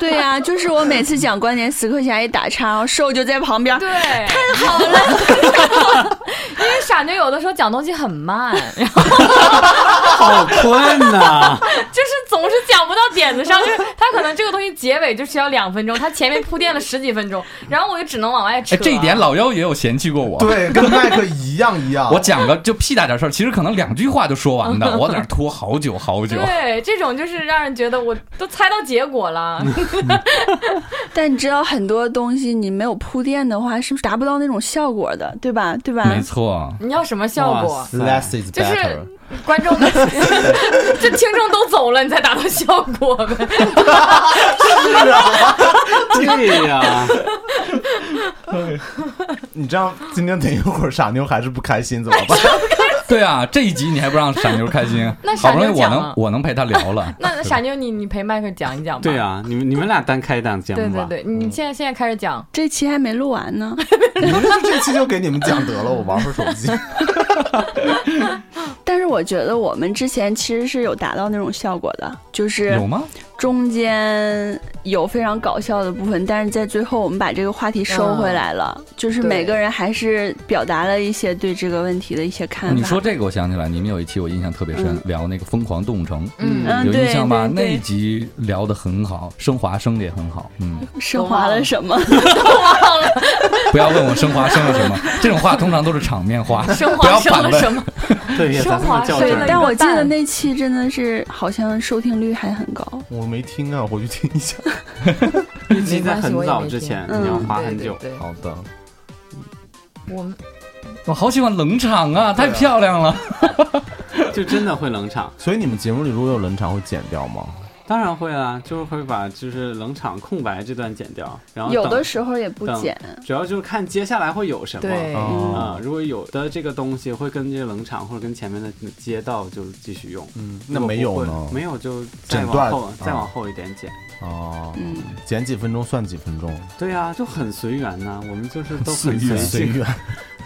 [SPEAKER 4] 对呀、就是我每次讲观点，死磕侠一打岔，然后瘦就在旁边。
[SPEAKER 2] 对，太好了， 因为傻妞有的时候讲东西很慢，然后
[SPEAKER 1] 好困呐、
[SPEAKER 2] 就是总是讲不到点子上， 就是他可能这个东西结尾就需要两分钟，他前面铺垫了十几分钟，然后我就只能往外扯。
[SPEAKER 5] 哎，这一点老妖也有嫌弃过我。
[SPEAKER 3] 对，啊跟麦克一样一样。
[SPEAKER 5] 我讲个就屁大点事儿，其实可能两句话就说完 的，我在那儿拖好久好久。
[SPEAKER 4] 啊
[SPEAKER 2] 对，这种就是让人觉得我都猜到结果了。
[SPEAKER 5] 嗯
[SPEAKER 4] 但你知道很多东西你没有铺垫的话，是达不到那种效果的，对吧？对吧？
[SPEAKER 5] 没错，
[SPEAKER 2] 你要什么效
[SPEAKER 1] 哇
[SPEAKER 2] 果？
[SPEAKER 1] 塞
[SPEAKER 3] less is
[SPEAKER 2] 就是
[SPEAKER 3] better，
[SPEAKER 2] 观众 的这听众都走了，你才达到效果呗。
[SPEAKER 1] 对呀、
[SPEAKER 3] 你这样今天等一会儿傻妞还是不开心怎么 办？
[SPEAKER 5] 对啊，这一集你还不让傻妞开 心
[SPEAKER 2] 那，傻
[SPEAKER 5] 好
[SPEAKER 2] 妞
[SPEAKER 5] 不容易我
[SPEAKER 2] 讲了。
[SPEAKER 4] 啊
[SPEAKER 5] 能我能陪她聊了
[SPEAKER 2] 那傻妞，你你陪麦克讲一讲吧。
[SPEAKER 1] 对呀、你们你们俩单开一档节
[SPEAKER 2] 对
[SPEAKER 1] 目
[SPEAKER 2] 对
[SPEAKER 1] 吧。
[SPEAKER 2] 对，你现在现在开始 讲，
[SPEAKER 4] 这期还没录完呢。
[SPEAKER 3] 你们就这期就给你们讲得了，我玩会儿手 机。
[SPEAKER 4] 但是我觉得我们之前其实是有达到那种效果的， 就是
[SPEAKER 5] 有吗？
[SPEAKER 4] 中间有非常搞笑的部分，但是在最后我们把这个话题收回来了，就是
[SPEAKER 2] 对
[SPEAKER 4] 每个人还是表达了一些对这个问题的一些看法。
[SPEAKER 5] 你说这个，我想起来，你们有一期我印象特别深
[SPEAKER 4] 嗯，
[SPEAKER 5] 聊那个《疯狂动物城》，
[SPEAKER 2] 嗯
[SPEAKER 4] 嗯，
[SPEAKER 5] 有
[SPEAKER 4] 对
[SPEAKER 5] 印象吧？
[SPEAKER 4] 对
[SPEAKER 5] 那一
[SPEAKER 4] 对
[SPEAKER 5] 集聊得很好，升华升的也很好。嗯，
[SPEAKER 4] 升华了什么？
[SPEAKER 5] 不要问我升华升了什么，这种话通常都是场面话。
[SPEAKER 2] 升
[SPEAKER 5] 不
[SPEAKER 2] 华
[SPEAKER 5] 要
[SPEAKER 2] 升
[SPEAKER 5] 反
[SPEAKER 2] 了
[SPEAKER 5] 问
[SPEAKER 2] 什么？
[SPEAKER 1] 对呀，咱
[SPEAKER 2] 升华
[SPEAKER 1] 们较真
[SPEAKER 2] 对升了
[SPEAKER 1] 儿。
[SPEAKER 4] 但我记
[SPEAKER 2] 一个
[SPEAKER 4] 得
[SPEAKER 2] 半
[SPEAKER 4] 那期真的是好像收听率还很高。
[SPEAKER 3] 我没听啊，我回去听一下。
[SPEAKER 1] 预期在很早之前，
[SPEAKER 4] 嗯
[SPEAKER 1] 你要花很久。
[SPEAKER 2] 对，对
[SPEAKER 3] 好的，
[SPEAKER 2] 对我们
[SPEAKER 5] 我好喜欢冷场啊，太漂亮了。
[SPEAKER 1] 就真的会冷场。
[SPEAKER 3] 所以你们节目里如果有冷场会剪掉吗？
[SPEAKER 1] 当然会啊，就是会把就是冷场空白这段剪掉，然后
[SPEAKER 4] 有
[SPEAKER 1] 等
[SPEAKER 4] 的时候也不
[SPEAKER 1] 等
[SPEAKER 4] 剪，
[SPEAKER 1] 主要就是看接下来会有什么。
[SPEAKER 2] 对，
[SPEAKER 1] 啊、
[SPEAKER 3] 哦，
[SPEAKER 1] 如果有的这个东西会跟这冷场或者跟前面的街道就继续用，
[SPEAKER 3] 嗯，那
[SPEAKER 1] 如果
[SPEAKER 3] 没有
[SPEAKER 1] 不
[SPEAKER 3] 呢？
[SPEAKER 1] 会没有就再
[SPEAKER 3] 整
[SPEAKER 1] 往
[SPEAKER 3] 段
[SPEAKER 1] 后、
[SPEAKER 3] 啊
[SPEAKER 1] 再往后一点剪。
[SPEAKER 3] 哦，
[SPEAKER 4] 嗯，
[SPEAKER 3] 减几分钟算几分钟，
[SPEAKER 1] 对啊，就很随缘呐、我们就是都很
[SPEAKER 5] 随缘
[SPEAKER 1] 性，
[SPEAKER 3] 缘。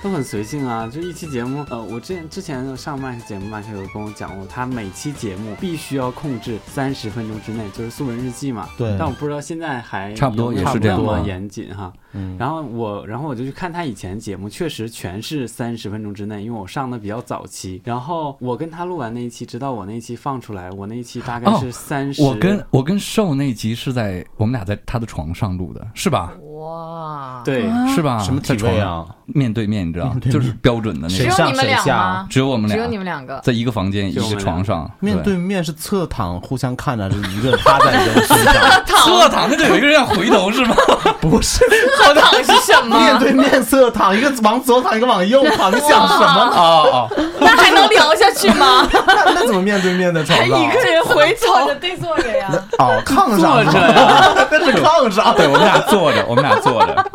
[SPEAKER 1] 都很随性啊。就一期节目，呃，我之前之前上麦克节目，麦克有跟我讲过，他每期节目必须要控制三十分钟之内，就是素人日记嘛。
[SPEAKER 3] 对
[SPEAKER 1] 但我不知道现在还
[SPEAKER 5] 差不多啊
[SPEAKER 1] 有没有
[SPEAKER 5] 也是这样
[SPEAKER 1] 那么
[SPEAKER 5] 吧
[SPEAKER 1] 严谨哈。
[SPEAKER 3] 嗯，
[SPEAKER 1] 然后我，然后我就去看他以前节目，确实全是三十分钟之内，因为我上的比较早期。然后我跟他录完那一期，直到我那一期放出来，我那一期大概
[SPEAKER 5] 哦
[SPEAKER 1] 是三十、
[SPEAKER 5] 我跟我跟瘦那集是在我们俩在他的床上录的，是吧？
[SPEAKER 2] 哇，
[SPEAKER 1] 对。
[SPEAKER 4] 啊
[SPEAKER 5] 是吧？
[SPEAKER 3] 什么体
[SPEAKER 5] 在床
[SPEAKER 3] 位
[SPEAKER 5] 上？
[SPEAKER 3] 啊？
[SPEAKER 5] 面对面，你知道，就是标准的那
[SPEAKER 2] 只
[SPEAKER 3] 谁
[SPEAKER 5] 种，
[SPEAKER 2] 有
[SPEAKER 3] 上
[SPEAKER 2] 你们
[SPEAKER 3] 谁
[SPEAKER 2] 俩
[SPEAKER 3] 下
[SPEAKER 2] 吗？
[SPEAKER 5] 只有我们
[SPEAKER 2] 只
[SPEAKER 5] 俩
[SPEAKER 2] 有你们两 个，
[SPEAKER 5] 在一个房间，一
[SPEAKER 1] 就我
[SPEAKER 5] 个
[SPEAKER 1] 们俩
[SPEAKER 5] 床上，
[SPEAKER 3] 面对面是侧躺，互相看着，就是一个人趴在一个人身上，
[SPEAKER 5] 侧躺，那就有一个人要回头是吗？
[SPEAKER 3] 不是
[SPEAKER 2] 侧躺是什么？
[SPEAKER 3] 面对面侧躺，一个往左躺，一个往右躺，你想什么呢？哦哦，
[SPEAKER 2] 那还能聊下去吗？
[SPEAKER 3] 那那怎么面对面的床
[SPEAKER 4] 还
[SPEAKER 3] 上
[SPEAKER 4] 一？个人回
[SPEAKER 2] 坐
[SPEAKER 4] 头
[SPEAKER 2] 着，对坐着呀。
[SPEAKER 3] 哦，炕上
[SPEAKER 1] 坐着呀，
[SPEAKER 3] 那是炕 上，
[SPEAKER 5] 对，我们俩坐着，我们俩坐着，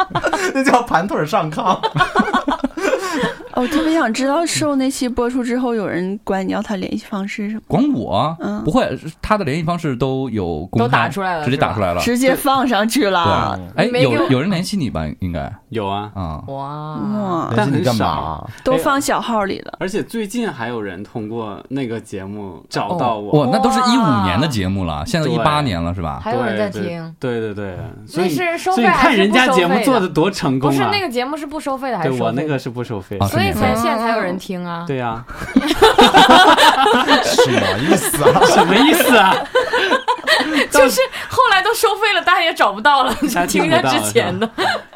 [SPEAKER 3] 那叫盘腿上炕。
[SPEAKER 4] 哦我特别想知道瘦那期播出之后，有人管你要他联系方式什么，
[SPEAKER 5] 管我
[SPEAKER 4] 嗯
[SPEAKER 5] 不会，他的联系方式都有公开
[SPEAKER 2] 都打出来了
[SPEAKER 5] 直接
[SPEAKER 2] 是吧
[SPEAKER 5] 打出来了。
[SPEAKER 4] 直接放上去了。
[SPEAKER 5] 啊对，哎，
[SPEAKER 2] 你没给我
[SPEAKER 5] 有有人联系你吧？应该
[SPEAKER 1] 有啊，
[SPEAKER 5] 啊，
[SPEAKER 2] 哇，
[SPEAKER 4] 哇，
[SPEAKER 1] 但
[SPEAKER 3] 那
[SPEAKER 1] 很
[SPEAKER 3] 你干
[SPEAKER 1] 少
[SPEAKER 3] 嘛？
[SPEAKER 4] 嗯都放小号里了。
[SPEAKER 1] 而且最近还有人通过那个节目
[SPEAKER 5] 哦
[SPEAKER 1] 找到我，
[SPEAKER 5] 哇，那都是一五
[SPEAKER 2] 哇
[SPEAKER 5] 年的节目了，现在一八年了是吧？
[SPEAKER 2] 还有人在
[SPEAKER 1] 对
[SPEAKER 2] 听，嗯
[SPEAKER 1] 对对对对，所以
[SPEAKER 2] 是收
[SPEAKER 1] 所
[SPEAKER 2] 费
[SPEAKER 1] 以你
[SPEAKER 2] 还
[SPEAKER 1] 看
[SPEAKER 2] 是
[SPEAKER 1] 人
[SPEAKER 2] 不
[SPEAKER 1] 家
[SPEAKER 2] 收
[SPEAKER 1] 节目
[SPEAKER 2] 费
[SPEAKER 1] 做的
[SPEAKER 2] 的？
[SPEAKER 1] 多成
[SPEAKER 2] 不
[SPEAKER 1] 功
[SPEAKER 2] 是
[SPEAKER 1] 啊！
[SPEAKER 2] 那个节目是不收费的还
[SPEAKER 1] 对
[SPEAKER 2] 是收
[SPEAKER 1] 我
[SPEAKER 2] 费的？
[SPEAKER 1] 那个是不收费
[SPEAKER 5] 啊，是
[SPEAKER 2] 所以
[SPEAKER 5] 免费
[SPEAKER 2] 才
[SPEAKER 5] 的
[SPEAKER 2] 现在才有人听啊。
[SPEAKER 1] 对呀、啊，
[SPEAKER 3] 什么意思啊？
[SPEAKER 1] 什么意思 啊？
[SPEAKER 2] 就是后来都收费了，大家也找不到了，
[SPEAKER 1] 家
[SPEAKER 2] 就
[SPEAKER 1] 听不
[SPEAKER 2] 听人
[SPEAKER 1] 到
[SPEAKER 2] 家
[SPEAKER 1] 了
[SPEAKER 2] 之前的。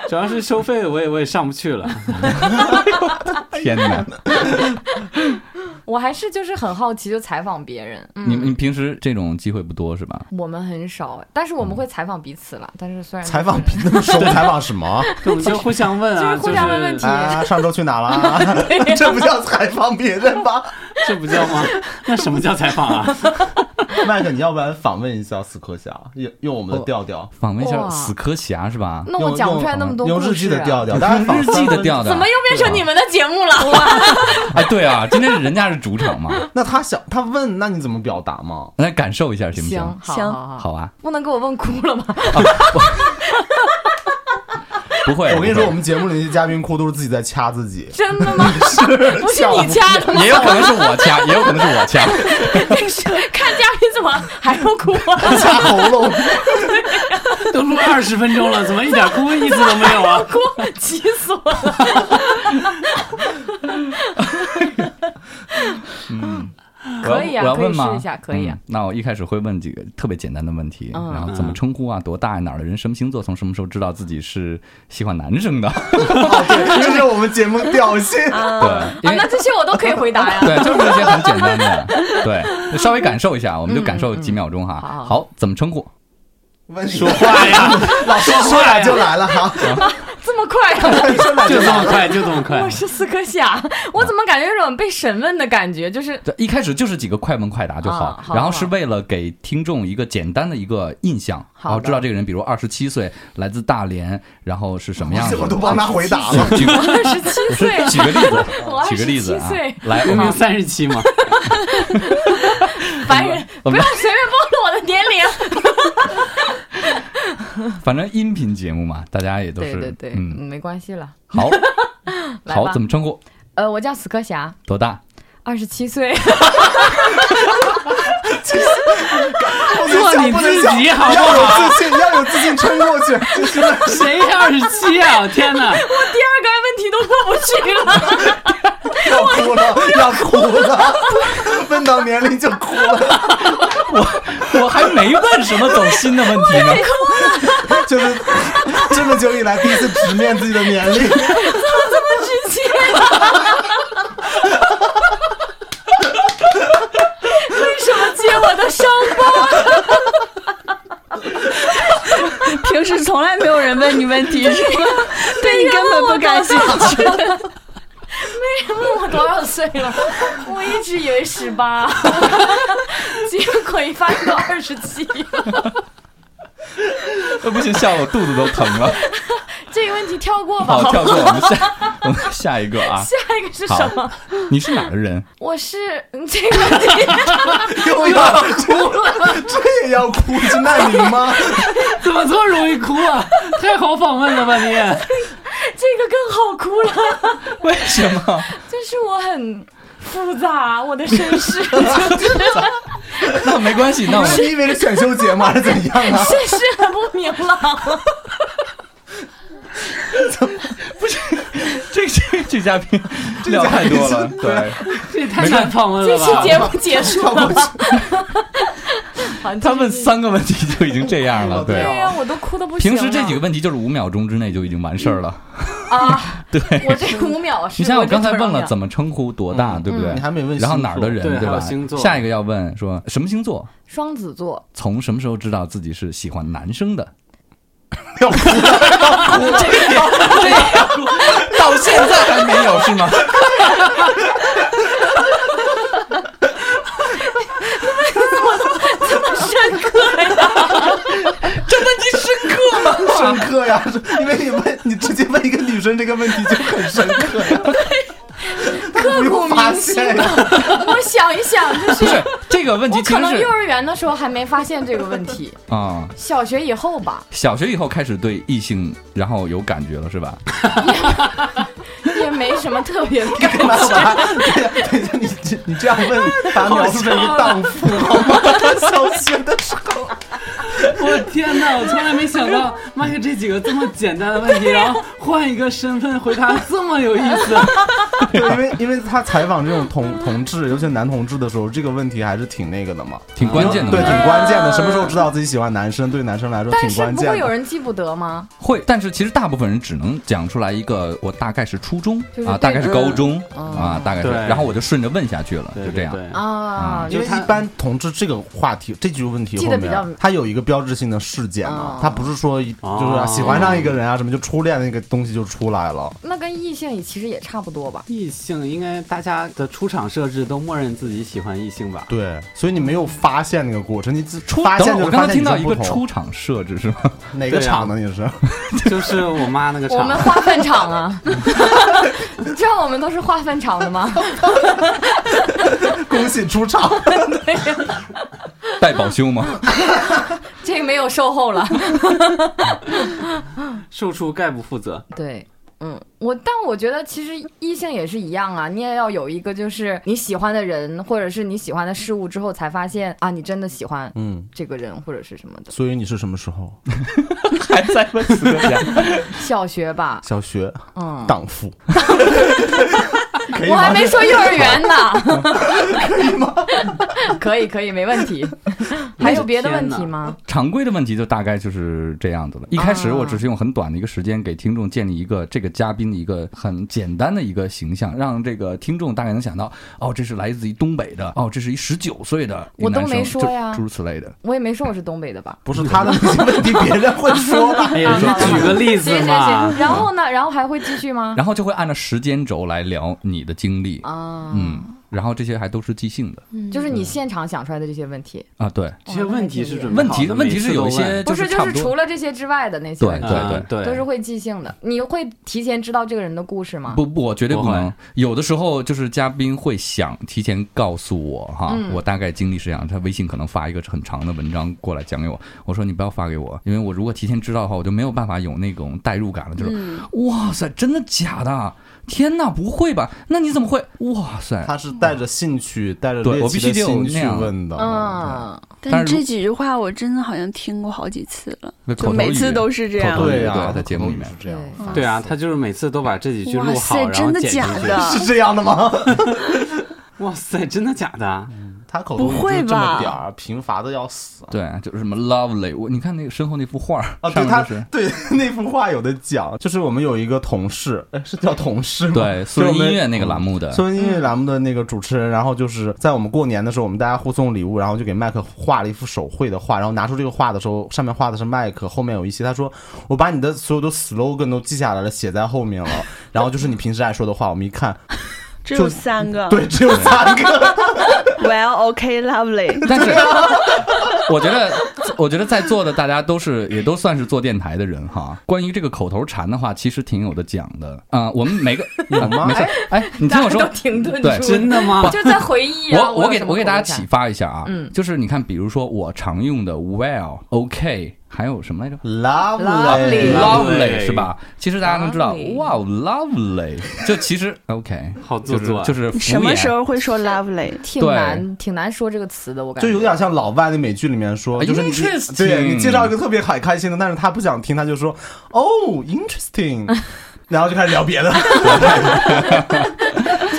[SPEAKER 1] 主要是收费，我也我也上不去了。
[SPEAKER 5] 天哪！
[SPEAKER 2] 我还是就是很好奇，就采访别人。嗯，
[SPEAKER 5] 你们你平时这种机会不多是吧？
[SPEAKER 2] 我们很少，但是我们会采访彼此啦。但是虽然
[SPEAKER 3] 采访那么熟，采访什么？
[SPEAKER 1] 我们就互相问啊，
[SPEAKER 2] 就是互相问问题
[SPEAKER 3] 啊，上周去哪了啊？这不叫采访别人吧？
[SPEAKER 1] 就是这不叫吗？那什么叫采访啊？
[SPEAKER 3] 麦克，你要不然访问一下死磕侠，用用我们的调调，
[SPEAKER 5] 访问一下
[SPEAKER 2] 哇
[SPEAKER 5] 死磕侠是吧？
[SPEAKER 2] 那我讲不出来那么多
[SPEAKER 3] 用
[SPEAKER 2] 故
[SPEAKER 3] 日记
[SPEAKER 2] 事
[SPEAKER 3] 的
[SPEAKER 2] 啊，
[SPEAKER 3] 调调，当然
[SPEAKER 5] 日记的调调，
[SPEAKER 2] 怎么又变成你们的节目了？
[SPEAKER 5] 哎，对啊，今天人家是主场嘛，
[SPEAKER 3] 那他想他问，那你怎么表达嘛？
[SPEAKER 5] 来感受一下行不行？
[SPEAKER 2] 行好
[SPEAKER 4] 行
[SPEAKER 2] 好
[SPEAKER 5] 好
[SPEAKER 2] 好，
[SPEAKER 5] 啊，
[SPEAKER 2] 不能给我问哭了吧？。
[SPEAKER 5] 不会，
[SPEAKER 3] 我跟你说，
[SPEAKER 5] 不
[SPEAKER 3] 我
[SPEAKER 5] 会
[SPEAKER 3] 们节目里那些嘉宾哭都是自己在掐自己
[SPEAKER 2] 真的吗？不是你掐的吗？
[SPEAKER 5] 也有可能是我掐， 也有可能是我掐。
[SPEAKER 2] 看嘉宾怎么还不哭啊？
[SPEAKER 3] 掐喉咙，
[SPEAKER 1] 都 录二十分钟了，怎么一点哭意思都没有啊？
[SPEAKER 2] 哭，急死我了！可以啊
[SPEAKER 5] 我要
[SPEAKER 2] 可
[SPEAKER 5] 我要
[SPEAKER 2] 以
[SPEAKER 5] 问吗
[SPEAKER 2] 试一下可以啊
[SPEAKER 5] 嗯那我一开始会问几个特别简单的问题，
[SPEAKER 2] 嗯
[SPEAKER 5] 然后怎么称呼啊，多大呀，哪儿的人，什么星座，从什么时候知道自己是喜欢男生的？
[SPEAKER 3] 这是我们节目调性。
[SPEAKER 5] 对，因
[SPEAKER 2] 啊，
[SPEAKER 5] 为
[SPEAKER 2] 那这些我都可以回答呀。
[SPEAKER 5] 对，就是这些很简单的，对，稍微感受一下，我们就感受几秒钟哈。
[SPEAKER 2] 嗯好好
[SPEAKER 5] 好，怎么称呼？
[SPEAKER 3] 问
[SPEAKER 1] 说话 呀，
[SPEAKER 3] 老师说来就来了哈，
[SPEAKER 2] 这么快啊、
[SPEAKER 3] 说来
[SPEAKER 1] 就
[SPEAKER 3] 就
[SPEAKER 1] 这
[SPEAKER 3] 来
[SPEAKER 1] 么
[SPEAKER 3] 了。
[SPEAKER 1] 快，就这么快
[SPEAKER 2] 我。是死磕侠，我怎么感觉有种被审问的感觉？就是
[SPEAKER 5] 对，一开始就是几个快问快答就好，
[SPEAKER 2] 啊好
[SPEAKER 5] 然后是为了给听众一个简单的一个印象，
[SPEAKER 2] 好
[SPEAKER 5] 然
[SPEAKER 2] 的
[SPEAKER 5] 后知道这个人，比如二十七岁，来自大连，然后是什么样子。啊
[SPEAKER 3] 我都帮他回答了。
[SPEAKER 5] 举个
[SPEAKER 2] 二十七 岁
[SPEAKER 5] 举个例子
[SPEAKER 2] 我，
[SPEAKER 5] 举个例子 啊
[SPEAKER 2] 27岁，
[SPEAKER 5] 来，我
[SPEAKER 1] 明明
[SPEAKER 5] 们
[SPEAKER 1] 三十七 嘛，
[SPEAKER 2] 凡人，不
[SPEAKER 5] 我们
[SPEAKER 2] 要随便暴露我的年龄。
[SPEAKER 5] 反正音频节目嘛，大家也都
[SPEAKER 2] 对
[SPEAKER 5] 是
[SPEAKER 2] 对对，
[SPEAKER 5] 嗯，
[SPEAKER 2] 没关系了。
[SPEAKER 5] 好
[SPEAKER 2] 来
[SPEAKER 5] 好，
[SPEAKER 2] 吧
[SPEAKER 5] 怎么称呼？
[SPEAKER 2] 呃，我叫死磕侠，
[SPEAKER 5] 多大？
[SPEAKER 2] 二十七岁。
[SPEAKER 1] 做你自己好不
[SPEAKER 3] 要有
[SPEAKER 1] 好？
[SPEAKER 3] 自信，要有自信撑过去。就是
[SPEAKER 1] 谁二十七啊？天哪！
[SPEAKER 2] 第二个问题都过不去了，
[SPEAKER 3] 要哭了，要哭了，问到年龄就哭了，
[SPEAKER 5] 我还没问什么走心的问题呢。
[SPEAKER 3] 就是这么久以来第一次直面自己的年龄。
[SPEAKER 2] 直接 了。为什么揭我的伤疤？
[SPEAKER 4] 平时从 来没有人问你问题，是吗？对你根本不感兴趣。
[SPEAKER 2] 没为什么我多少岁了？我一直以为十八， 结果一发现到二十七。
[SPEAKER 5] 呃，不行，笑我肚子都疼了。
[SPEAKER 2] 这个问题跳过吧，
[SPEAKER 5] 好，
[SPEAKER 2] 好
[SPEAKER 5] 跳过我们下我们下一个啊。
[SPEAKER 2] 下一个是什么？
[SPEAKER 5] 你是哪 个人？
[SPEAKER 2] 我是嗯这个问题，
[SPEAKER 3] 又要哭了，这也要哭？是难民吗？
[SPEAKER 1] 怎么这么容易哭 啊？太好访问了吧你？
[SPEAKER 2] 这个更好哭了。
[SPEAKER 5] 为什么？
[SPEAKER 2] 就是我很复杂，我的身世 就是
[SPEAKER 5] 那没关系，那我
[SPEAKER 3] 是因为是选秀节吗？还是怎样啊？
[SPEAKER 2] 身世很不明朗。
[SPEAKER 5] 这这这嘉宾料太多 了，对
[SPEAKER 1] 这也太难
[SPEAKER 5] 嗯
[SPEAKER 1] 访问
[SPEAKER 2] 这
[SPEAKER 1] 了吧？
[SPEAKER 2] 期节目结束了吧？好
[SPEAKER 5] 嗯他问。三个问题就已经这样了，
[SPEAKER 2] 哦对
[SPEAKER 5] 对。
[SPEAKER 2] 呀、我都哭的不行
[SPEAKER 5] 平
[SPEAKER 2] 了。
[SPEAKER 5] 时这几个问题就是五秒钟之内就已经完事儿了。
[SPEAKER 2] 啊，
[SPEAKER 5] 对，
[SPEAKER 2] 我这五秒是。
[SPEAKER 5] 你嗯像我刚才问了嗯
[SPEAKER 2] 么？
[SPEAKER 5] 怎么称呼、多大，对不对
[SPEAKER 3] 你？嗯还没问星座，
[SPEAKER 5] 然后哪儿的人，
[SPEAKER 1] 对还有
[SPEAKER 5] 吧
[SPEAKER 1] 星？座
[SPEAKER 5] 下一个要问说什么星座？
[SPEAKER 2] 双子座，
[SPEAKER 5] 从什么时候知道自己是喜欢男生的？
[SPEAKER 3] 要哭
[SPEAKER 5] 到现在 还没有是吗？
[SPEAKER 2] 深刻呀！
[SPEAKER 3] 深刻呀， 是因为你问你直接问一个女生这个问题就很深刻呀，
[SPEAKER 2] 刻
[SPEAKER 3] 不
[SPEAKER 2] 骨
[SPEAKER 3] 用发
[SPEAKER 2] 铭心啊
[SPEAKER 3] 现
[SPEAKER 2] 的
[SPEAKER 3] 呀。。
[SPEAKER 2] 我想一想，就是
[SPEAKER 5] 不是这个问题，
[SPEAKER 2] 我
[SPEAKER 5] 其
[SPEAKER 2] 可
[SPEAKER 5] 实
[SPEAKER 2] 能
[SPEAKER 5] 是
[SPEAKER 2] 幼儿园的时候还没发现这个问题，
[SPEAKER 5] 啊、
[SPEAKER 2] 小学以后吧，
[SPEAKER 5] 小学以后开始对异性然后有感觉了是吧？
[SPEAKER 2] 也没什么特 别的感觉。
[SPEAKER 3] 干嘛？ 对呀，等一下，你这你这样问，把描述成一个荡妇好啊 吗？小学的时
[SPEAKER 2] 啊
[SPEAKER 3] 候，
[SPEAKER 1] 我的天哪！我从来没想到麦克这几个这么简单的问题，然后换一个身份回答这么有意思。
[SPEAKER 3] 对，因为因为他采访这种同同志，尤其是男同志的时候，这个问题还是挺那个的嘛，
[SPEAKER 5] 挺关键的
[SPEAKER 3] 对，
[SPEAKER 5] 问
[SPEAKER 3] 挺
[SPEAKER 5] 题，
[SPEAKER 3] 关键的。什么时候知道自己喜欢男生，对男生来说
[SPEAKER 2] 嗯但
[SPEAKER 3] 挺
[SPEAKER 2] 是
[SPEAKER 3] 关
[SPEAKER 2] 不
[SPEAKER 3] 键
[SPEAKER 2] 会有
[SPEAKER 3] 的。
[SPEAKER 2] 人记不得吗？
[SPEAKER 5] 会，但是其实大部分人只能讲出来一个，我大概是初中
[SPEAKER 2] 就是
[SPEAKER 5] 啊，
[SPEAKER 2] 对
[SPEAKER 5] 大概是高中
[SPEAKER 2] 嗯
[SPEAKER 5] 啊，大概是，
[SPEAKER 1] 对
[SPEAKER 5] 然后我就顺着问下去了，就这样。
[SPEAKER 1] 对对
[SPEAKER 2] 啊
[SPEAKER 5] 嗯，
[SPEAKER 3] 因
[SPEAKER 1] 就
[SPEAKER 3] 为
[SPEAKER 1] 是他
[SPEAKER 3] 一般同志这个话题，这句问题
[SPEAKER 2] 记
[SPEAKER 3] 后
[SPEAKER 2] 得比较
[SPEAKER 3] 面，它有一个标志性的事件嘛
[SPEAKER 2] 哦，
[SPEAKER 3] 它不是说一
[SPEAKER 5] 啊
[SPEAKER 3] 就是喜欢上一个人啊什么就初恋那个东西就出来了。
[SPEAKER 2] 那跟异性也其实也差不多吧。
[SPEAKER 1] 异性应该大家的出场设置都默认自己喜欢异性 吧？
[SPEAKER 3] 对，所以你没有发现那个过程，你自
[SPEAKER 5] 出
[SPEAKER 3] 发
[SPEAKER 5] 等会
[SPEAKER 3] 现
[SPEAKER 5] 儿
[SPEAKER 3] 就
[SPEAKER 5] 我
[SPEAKER 3] 是
[SPEAKER 5] 刚
[SPEAKER 3] 发
[SPEAKER 5] 才听
[SPEAKER 3] 现你
[SPEAKER 5] 到
[SPEAKER 3] 是
[SPEAKER 5] 一
[SPEAKER 3] 不
[SPEAKER 5] 个
[SPEAKER 3] 同
[SPEAKER 5] 出场设置是吗？
[SPEAKER 3] 哪个
[SPEAKER 1] 对啊
[SPEAKER 3] 厂的 你是？
[SPEAKER 1] 就是我妈那个
[SPEAKER 2] 我
[SPEAKER 1] 场
[SPEAKER 2] 们，化粪场啊， 你知道我们都是化粪场的吗？
[SPEAKER 3] 恭喜出场，
[SPEAKER 5] 带保修吗？
[SPEAKER 2] 这个没有售后了。
[SPEAKER 1] 售出概不负责。
[SPEAKER 2] 对，嗯，我但我觉得其实异性也是一样啊，你也要有一个就是你喜欢的人或者是你喜欢的事物之后，才发现啊，你真的喜欢
[SPEAKER 3] 嗯。
[SPEAKER 2] 这个人或者是什么的。
[SPEAKER 3] 所以你是什么时候？
[SPEAKER 5] 还在问四个人？
[SPEAKER 2] 小学吧，
[SPEAKER 3] 小学
[SPEAKER 2] 嗯，
[SPEAKER 3] 荡妇，可以
[SPEAKER 2] 我还
[SPEAKER 3] 吗？
[SPEAKER 2] 没说幼儿园呢。 可以可以，没问题。还有别的问题吗？
[SPEAKER 5] 常规的问题就大概就是这样子了。一开始
[SPEAKER 2] 啊
[SPEAKER 5] 我只是用很短的一个时间给听众建立一个这个嘉宾的一个很简单的一个形象，让这个听众大概能想到，哦，这是来自于东北的，哦，这是一十九岁的一个
[SPEAKER 2] 我都
[SPEAKER 5] 男生
[SPEAKER 2] 没说
[SPEAKER 5] 就
[SPEAKER 2] 呀
[SPEAKER 5] 诸如此类的。
[SPEAKER 2] 我也没说我是东北的吧。
[SPEAKER 3] 不是他的那些问题，别人会说吧？
[SPEAKER 1] 哎呀，你举个例子
[SPEAKER 2] 行行
[SPEAKER 1] 嘛
[SPEAKER 2] 行，。然后呢？然后还会继续吗？
[SPEAKER 5] 然后就会按照时间轴来聊你的经历，
[SPEAKER 2] 啊，
[SPEAKER 5] 嗯，然后这些还都是即兴的
[SPEAKER 4] 嗯
[SPEAKER 2] 就是你现场想出来的这些问题，
[SPEAKER 5] 啊，对。
[SPEAKER 1] 这些问题是准备
[SPEAKER 5] 问
[SPEAKER 1] 好
[SPEAKER 5] 题
[SPEAKER 1] 的
[SPEAKER 5] 问题是有一些
[SPEAKER 2] 不
[SPEAKER 5] 是
[SPEAKER 2] 是
[SPEAKER 5] 差
[SPEAKER 2] 就
[SPEAKER 5] 不
[SPEAKER 2] 是
[SPEAKER 5] 多
[SPEAKER 2] 除了这些之外的那些
[SPEAKER 5] 对
[SPEAKER 2] 问
[SPEAKER 1] 每次
[SPEAKER 2] 题
[SPEAKER 1] 都问
[SPEAKER 5] 对
[SPEAKER 1] 啊对
[SPEAKER 2] 都是会即兴的。你会提前知道这个人的故事吗？
[SPEAKER 5] 不不，我绝对不
[SPEAKER 1] 不会
[SPEAKER 5] 能。有的时候就是呃嘉宾会想提前告诉我哈，
[SPEAKER 2] 嗯
[SPEAKER 5] 我大概经历是这样。他微信可能发一个很长的文章过来讲给我，我说你不要发给我，因为我如果提前知道的话，我就没有办法有那种代入感了，
[SPEAKER 4] 嗯
[SPEAKER 5] 就是、哇塞，真的假的？天呐，不会吧？那你怎么会？哇塞！
[SPEAKER 3] 他是带着兴趣，带着
[SPEAKER 5] 对
[SPEAKER 3] 猎
[SPEAKER 5] 我必
[SPEAKER 3] 奇的
[SPEAKER 5] 须得有
[SPEAKER 3] 心
[SPEAKER 5] 那
[SPEAKER 3] 去
[SPEAKER 5] 样
[SPEAKER 3] 问的。
[SPEAKER 2] 嗯，
[SPEAKER 5] 但
[SPEAKER 4] 但
[SPEAKER 5] 是如
[SPEAKER 4] 这几句话我真的好像听过好几次了，
[SPEAKER 5] 那口
[SPEAKER 4] 就
[SPEAKER 5] 头
[SPEAKER 4] 每次
[SPEAKER 5] 语
[SPEAKER 4] 都是这
[SPEAKER 5] 口
[SPEAKER 4] 样。
[SPEAKER 5] 头语
[SPEAKER 3] 对啊呀
[SPEAKER 5] 对，在节目里面
[SPEAKER 3] 是这样，
[SPEAKER 2] 对
[SPEAKER 1] 对啊，他就是每次都把这几句
[SPEAKER 4] 哇
[SPEAKER 1] 录好，
[SPEAKER 4] 塞，
[SPEAKER 1] 然后
[SPEAKER 4] 真的
[SPEAKER 1] 剪进
[SPEAKER 4] 假
[SPEAKER 1] 去。
[SPEAKER 4] 的？
[SPEAKER 3] 是这样 的吗？
[SPEAKER 1] 哇塞，真的假的？啊
[SPEAKER 3] 他口头语
[SPEAKER 4] 不会
[SPEAKER 3] 就这么
[SPEAKER 4] 吧
[SPEAKER 3] 点儿，贫乏的要死。
[SPEAKER 5] 对，就是什么 lovely，我你看那个身后那幅画儿
[SPEAKER 3] 啊，
[SPEAKER 5] 上
[SPEAKER 3] 对
[SPEAKER 5] 面
[SPEAKER 3] 他
[SPEAKER 5] 就是
[SPEAKER 3] 对 那幅画有的讲，就是我们有一个同事， 哎是叫同事吗？
[SPEAKER 5] 对
[SPEAKER 3] 就是
[SPEAKER 5] 苏人
[SPEAKER 3] 我们
[SPEAKER 5] 音乐那个栏目的，
[SPEAKER 3] 苏文音乐栏目的那个主持人，然后就是在我们过年的时候，我们大家互送礼物，然后就给麦克画了一幅手绘的画，然后拿出这个画的时候，上面画的是麦克，后面有一些他说我把你的所有的 slogan 都记下来了，写在后面了，然后就是你平时爱说的话，我们一看，
[SPEAKER 4] 只有三个。
[SPEAKER 3] 对，只有三个。
[SPEAKER 4] Well, OK, lovely。
[SPEAKER 5] 但是 我觉得，我觉得在座的大家都是也都算是做电台的人哈。关于这个口头禅的话，其实挺有的讲的。嗯、我们每个有
[SPEAKER 3] 吗
[SPEAKER 5] 没事，哎，你听我说
[SPEAKER 2] 大家，都停顿住
[SPEAKER 5] 对
[SPEAKER 2] 了，
[SPEAKER 1] 真的吗？
[SPEAKER 2] 就在回忆啊。
[SPEAKER 5] 我
[SPEAKER 2] 我有
[SPEAKER 5] 给
[SPEAKER 2] 什么
[SPEAKER 5] 我给大家
[SPEAKER 2] 口头禅
[SPEAKER 5] 启发一下啊，
[SPEAKER 2] 嗯
[SPEAKER 5] 就是你看，比如说我常用的 well、OK，还有什么来着哎
[SPEAKER 3] Lovely，
[SPEAKER 5] ？lovely 是吧？其实大家能知道，
[SPEAKER 2] Lovely
[SPEAKER 5] 哇，lovely，就其实 OK，
[SPEAKER 1] 好做
[SPEAKER 5] 就是
[SPEAKER 1] 作啊，
[SPEAKER 5] 就是
[SPEAKER 4] 你
[SPEAKER 5] 敷
[SPEAKER 4] 什么
[SPEAKER 5] 衍
[SPEAKER 4] 时候会说 lovely？
[SPEAKER 2] 挺难挺难说这个词的，我感
[SPEAKER 3] 就
[SPEAKER 2] 觉
[SPEAKER 3] 有点像老外的美剧里面说，就是你
[SPEAKER 5] Interesting
[SPEAKER 3] 对你介绍一个特别很开心的，但是他不想听，他就说哦，interesting，然 后就开始聊别的。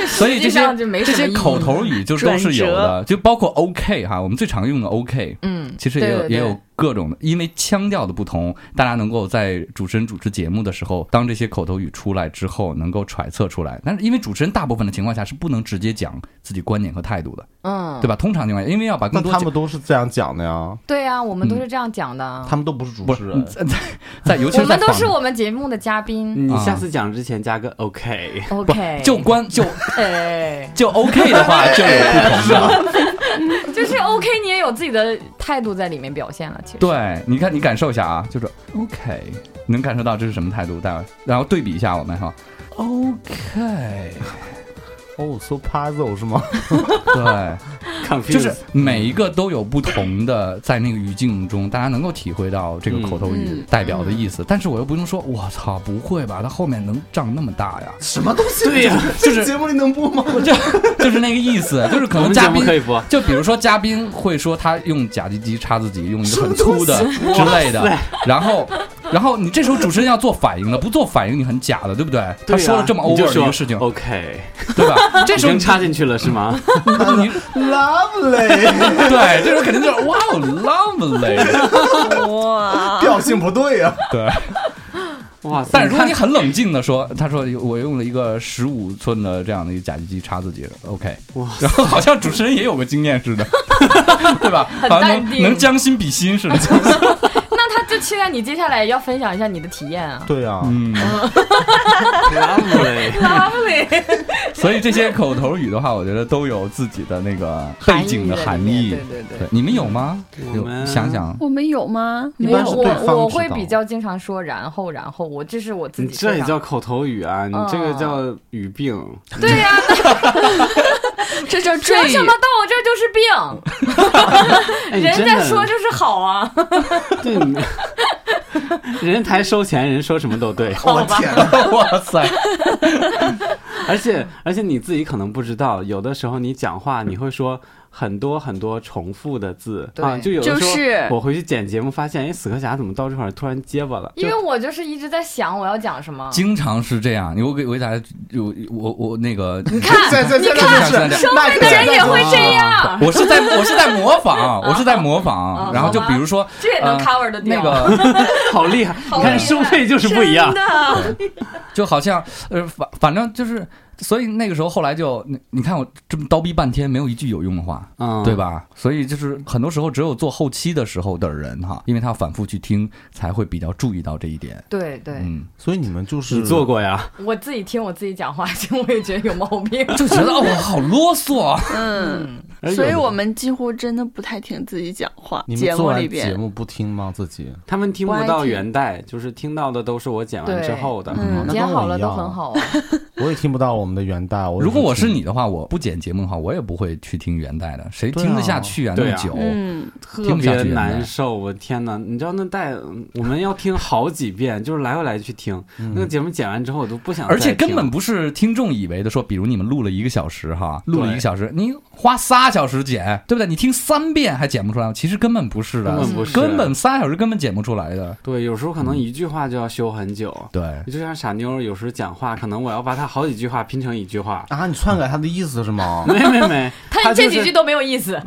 [SPEAKER 5] 所以
[SPEAKER 2] 实
[SPEAKER 5] 这
[SPEAKER 2] 际
[SPEAKER 5] 些
[SPEAKER 2] 上就没
[SPEAKER 5] 这
[SPEAKER 2] 什么
[SPEAKER 5] 些
[SPEAKER 2] 意义
[SPEAKER 5] 口头语就都是有的，就包括 OK 哈，我们最常用的 OK，
[SPEAKER 2] 嗯
[SPEAKER 5] 其实也有
[SPEAKER 2] 对对对
[SPEAKER 5] 也有各种的，因为腔调的不同，大家能够在主持人主持节目的时候，当这些口头语出来之后，能够揣测出来。但是因为主持人大部分的情况下是不能直接讲自己观点和态度的，
[SPEAKER 2] 嗯
[SPEAKER 5] 对吧？通常情况下，因为要把
[SPEAKER 3] 那
[SPEAKER 5] 更多
[SPEAKER 3] 他们都是这样讲的呀，
[SPEAKER 2] 对啊，我们都是这样讲的啊。
[SPEAKER 3] 他们都不是嗯
[SPEAKER 5] 不
[SPEAKER 3] 主持
[SPEAKER 5] 是
[SPEAKER 3] 人。
[SPEAKER 5] 在 在在嗯尤其
[SPEAKER 2] 我
[SPEAKER 5] 是在
[SPEAKER 2] 们都
[SPEAKER 5] 访
[SPEAKER 2] 是我们节目的嘉宾。
[SPEAKER 5] 嗯
[SPEAKER 1] 你下次讲之前加个 OK，
[SPEAKER 5] 不
[SPEAKER 2] OK，
[SPEAKER 5] 就关就
[SPEAKER 2] 哎，
[SPEAKER 5] 就 OK 的话就有不同的。
[SPEAKER 2] 就是 OK，你也有自己的态度在里面表现了。其实，
[SPEAKER 5] 对，你看，你感受一下啊，就是 OK，你能感受到这是什么态度，大家，然后对比一下我们哈，OK，
[SPEAKER 3] 哦，so puzzle 是吗？？
[SPEAKER 5] 对，就
[SPEAKER 1] confuse
[SPEAKER 5] 是每一个都有不同的，在那个语境中，大家能够体会到这个口头语
[SPEAKER 4] 嗯
[SPEAKER 5] 代表的意思，但是我又不能说，我操，不会吧，它后面能长那么大 呀
[SPEAKER 3] 什么东西？
[SPEAKER 1] 对呀
[SPEAKER 3] 这
[SPEAKER 5] 就是
[SPEAKER 3] 这节目里能播吗？
[SPEAKER 5] 就就是那个 意思，就是可
[SPEAKER 1] 我
[SPEAKER 5] 能
[SPEAKER 1] 们节
[SPEAKER 5] 嘉
[SPEAKER 1] 目
[SPEAKER 5] 宾
[SPEAKER 1] 可以播。
[SPEAKER 5] 就比如说，嘉宾会说他用假鸡鸡插自己，用一个很
[SPEAKER 3] 什么
[SPEAKER 5] 粗的
[SPEAKER 3] 东
[SPEAKER 5] 之类的，然后，然后你这时候主持人要做反应了，不做反应你很假的，对不对？他
[SPEAKER 1] 对呀
[SPEAKER 5] 说了这么
[SPEAKER 1] 你
[SPEAKER 5] over
[SPEAKER 1] 就
[SPEAKER 5] 的一
[SPEAKER 1] 说
[SPEAKER 5] 个事情，
[SPEAKER 1] OK，
[SPEAKER 5] 对吧？这
[SPEAKER 1] 已
[SPEAKER 5] 时候
[SPEAKER 1] 经
[SPEAKER 5] 你
[SPEAKER 1] 插进去了是 吗？
[SPEAKER 5] 你
[SPEAKER 3] Lovely，
[SPEAKER 5] 对，这时候肯定就是哇哦 lovely，
[SPEAKER 4] 哇，
[SPEAKER 3] 调性不对啊呀、
[SPEAKER 5] 对。
[SPEAKER 1] 哇塞！
[SPEAKER 5] 但是如果
[SPEAKER 1] 看
[SPEAKER 5] 你很冷静的说，他说我用了一个十五寸的这样的一个假鸡鸡插自己了，OK，
[SPEAKER 1] 哇
[SPEAKER 5] 然后好像主持人也有个经验似的， 对吧？
[SPEAKER 2] 很
[SPEAKER 5] 好像
[SPEAKER 2] 淡
[SPEAKER 5] 能
[SPEAKER 2] 定
[SPEAKER 5] 能将心比 心似的，
[SPEAKER 2] 那他就期待你接下来要分享一下你的体验啊。
[SPEAKER 3] 对呀、
[SPEAKER 5] 嗯。
[SPEAKER 1] lovely，
[SPEAKER 2] Lovely，
[SPEAKER 5] 所以这些口头语的话，我觉得都有自己的那个 背景的含义。
[SPEAKER 2] 对对对
[SPEAKER 5] 对。你们有吗？
[SPEAKER 1] 我
[SPEAKER 5] 有
[SPEAKER 1] 们，
[SPEAKER 5] 想想，
[SPEAKER 4] 我们有吗？
[SPEAKER 3] 一
[SPEAKER 2] 没
[SPEAKER 3] 般
[SPEAKER 2] 有，
[SPEAKER 3] 是对方知道
[SPEAKER 2] 我我会比较经常说然后然后，我这是我自
[SPEAKER 1] 你
[SPEAKER 2] 己
[SPEAKER 1] 这
[SPEAKER 2] 非
[SPEAKER 1] 也
[SPEAKER 2] 常。
[SPEAKER 1] 叫口头语
[SPEAKER 5] 嗯
[SPEAKER 1] 啊？你这个叫语病。
[SPEAKER 2] 对呀、
[SPEAKER 4] 这叫
[SPEAKER 2] 说
[SPEAKER 4] 赘
[SPEAKER 2] 什
[SPEAKER 4] 语
[SPEAKER 2] 么。到我这儿就是病，
[SPEAKER 1] 哎，你
[SPEAKER 2] 人
[SPEAKER 1] 真
[SPEAKER 2] 家
[SPEAKER 1] 的
[SPEAKER 2] 说就是好啊，
[SPEAKER 1] 对，你 人家台收钱，人说什么都对。
[SPEAKER 5] 哦
[SPEAKER 3] 哦我天啊哪！
[SPEAKER 5] 哇塞，
[SPEAKER 1] 而且而且你自己可能不知道，有的时候你讲话你会说很多很多重复的字
[SPEAKER 2] 对
[SPEAKER 1] 啊，就有的时候
[SPEAKER 4] 就是
[SPEAKER 1] 我回去剪节目发现，哎，死磕侠怎么到这块儿突然结巴了？
[SPEAKER 2] 因为我就是一直在想我要讲什么。
[SPEAKER 5] 经常是这样。我给我给大家，我我我那个，
[SPEAKER 2] 你看，
[SPEAKER 3] 在在在
[SPEAKER 5] 看
[SPEAKER 3] 在在，
[SPEAKER 5] 周
[SPEAKER 3] 那
[SPEAKER 2] 那个人也会这样，
[SPEAKER 5] 我是在我是在模仿，我是在模仿。
[SPEAKER 2] 啊
[SPEAKER 5] 然后就
[SPEAKER 2] 好吧
[SPEAKER 5] 比如说
[SPEAKER 2] 这也能 cover 得
[SPEAKER 5] 那
[SPEAKER 2] 掉。
[SPEAKER 5] 个，
[SPEAKER 1] 好厉害！
[SPEAKER 2] 好
[SPEAKER 1] 你看
[SPEAKER 2] 厉害
[SPEAKER 1] 收费就是不一样。
[SPEAKER 5] 就好像呃，反反正就是，所以那个时候后来就，你你看我这么叨逼半天，没有一句有用的话。
[SPEAKER 1] 嗯，
[SPEAKER 5] 对？吧？所以就是很多时候只有做后期的时候的人哈，因为他要反复去听，才会比较注意到这一点。
[SPEAKER 2] 对对，
[SPEAKER 5] 嗯，
[SPEAKER 3] 所以你们就是
[SPEAKER 1] 你做过 呀？
[SPEAKER 2] 我自己听我自己讲话， 我也觉得有毛病。
[SPEAKER 5] 就觉得哦，我好啰嗦啊。
[SPEAKER 4] 嗯，
[SPEAKER 1] 而
[SPEAKER 4] 所以
[SPEAKER 1] 有的
[SPEAKER 4] 我们几乎真的不太听自己讲话。
[SPEAKER 3] 哎你
[SPEAKER 4] 节
[SPEAKER 3] 们做
[SPEAKER 4] 目里
[SPEAKER 3] 完节
[SPEAKER 4] 边，
[SPEAKER 3] 目不听吗？自己
[SPEAKER 1] 他们听不
[SPEAKER 4] 不爱
[SPEAKER 1] 到
[SPEAKER 4] 听
[SPEAKER 1] 原带，就是听到的都是我剪完之
[SPEAKER 2] 对
[SPEAKER 1] 后的。
[SPEAKER 4] 嗯
[SPEAKER 3] 那
[SPEAKER 2] 剪
[SPEAKER 3] 跟我
[SPEAKER 2] 好了
[SPEAKER 3] 一
[SPEAKER 2] 都
[SPEAKER 3] 样
[SPEAKER 2] 很好啊。
[SPEAKER 3] 我也听不到我们的原带。我
[SPEAKER 5] 如果我是
[SPEAKER 3] 听
[SPEAKER 5] 你的话，我不剪节目的话，我也不会去听原带的，谁
[SPEAKER 3] 对啊。
[SPEAKER 5] 听得下去啊？那
[SPEAKER 1] 对啊
[SPEAKER 5] 么久，
[SPEAKER 4] 嗯，
[SPEAKER 1] 特
[SPEAKER 5] 听不下去
[SPEAKER 1] 别
[SPEAKER 5] 原来
[SPEAKER 1] 难受，我天哪！你知道那带嗯我们要听好几遍，就是来回来去听。那个节目剪完之后，我都不想再
[SPEAKER 5] 嗯而
[SPEAKER 1] 听。
[SPEAKER 5] 且根本不是啊听众以为的说，比如你们录了一个小时哈，录了一个小时，你花仨小时剪，对不对？你听三遍还剪不出来吗？其实根本不是
[SPEAKER 1] 根
[SPEAKER 5] 的
[SPEAKER 1] 本，不是，
[SPEAKER 5] 根本仨小时根本剪不出来的。
[SPEAKER 1] 对，有时候可
[SPEAKER 5] 嗯
[SPEAKER 1] 能一句话就要修很久。
[SPEAKER 5] 对，
[SPEAKER 1] 就像傻妞儿有时候讲话，可能我要把她好几句话拼成一句话
[SPEAKER 3] 啊，你篡改他的意思是 吗？
[SPEAKER 1] 没没 没，
[SPEAKER 2] 他
[SPEAKER 1] 就
[SPEAKER 2] 这
[SPEAKER 1] 是
[SPEAKER 2] 几句都没有意思，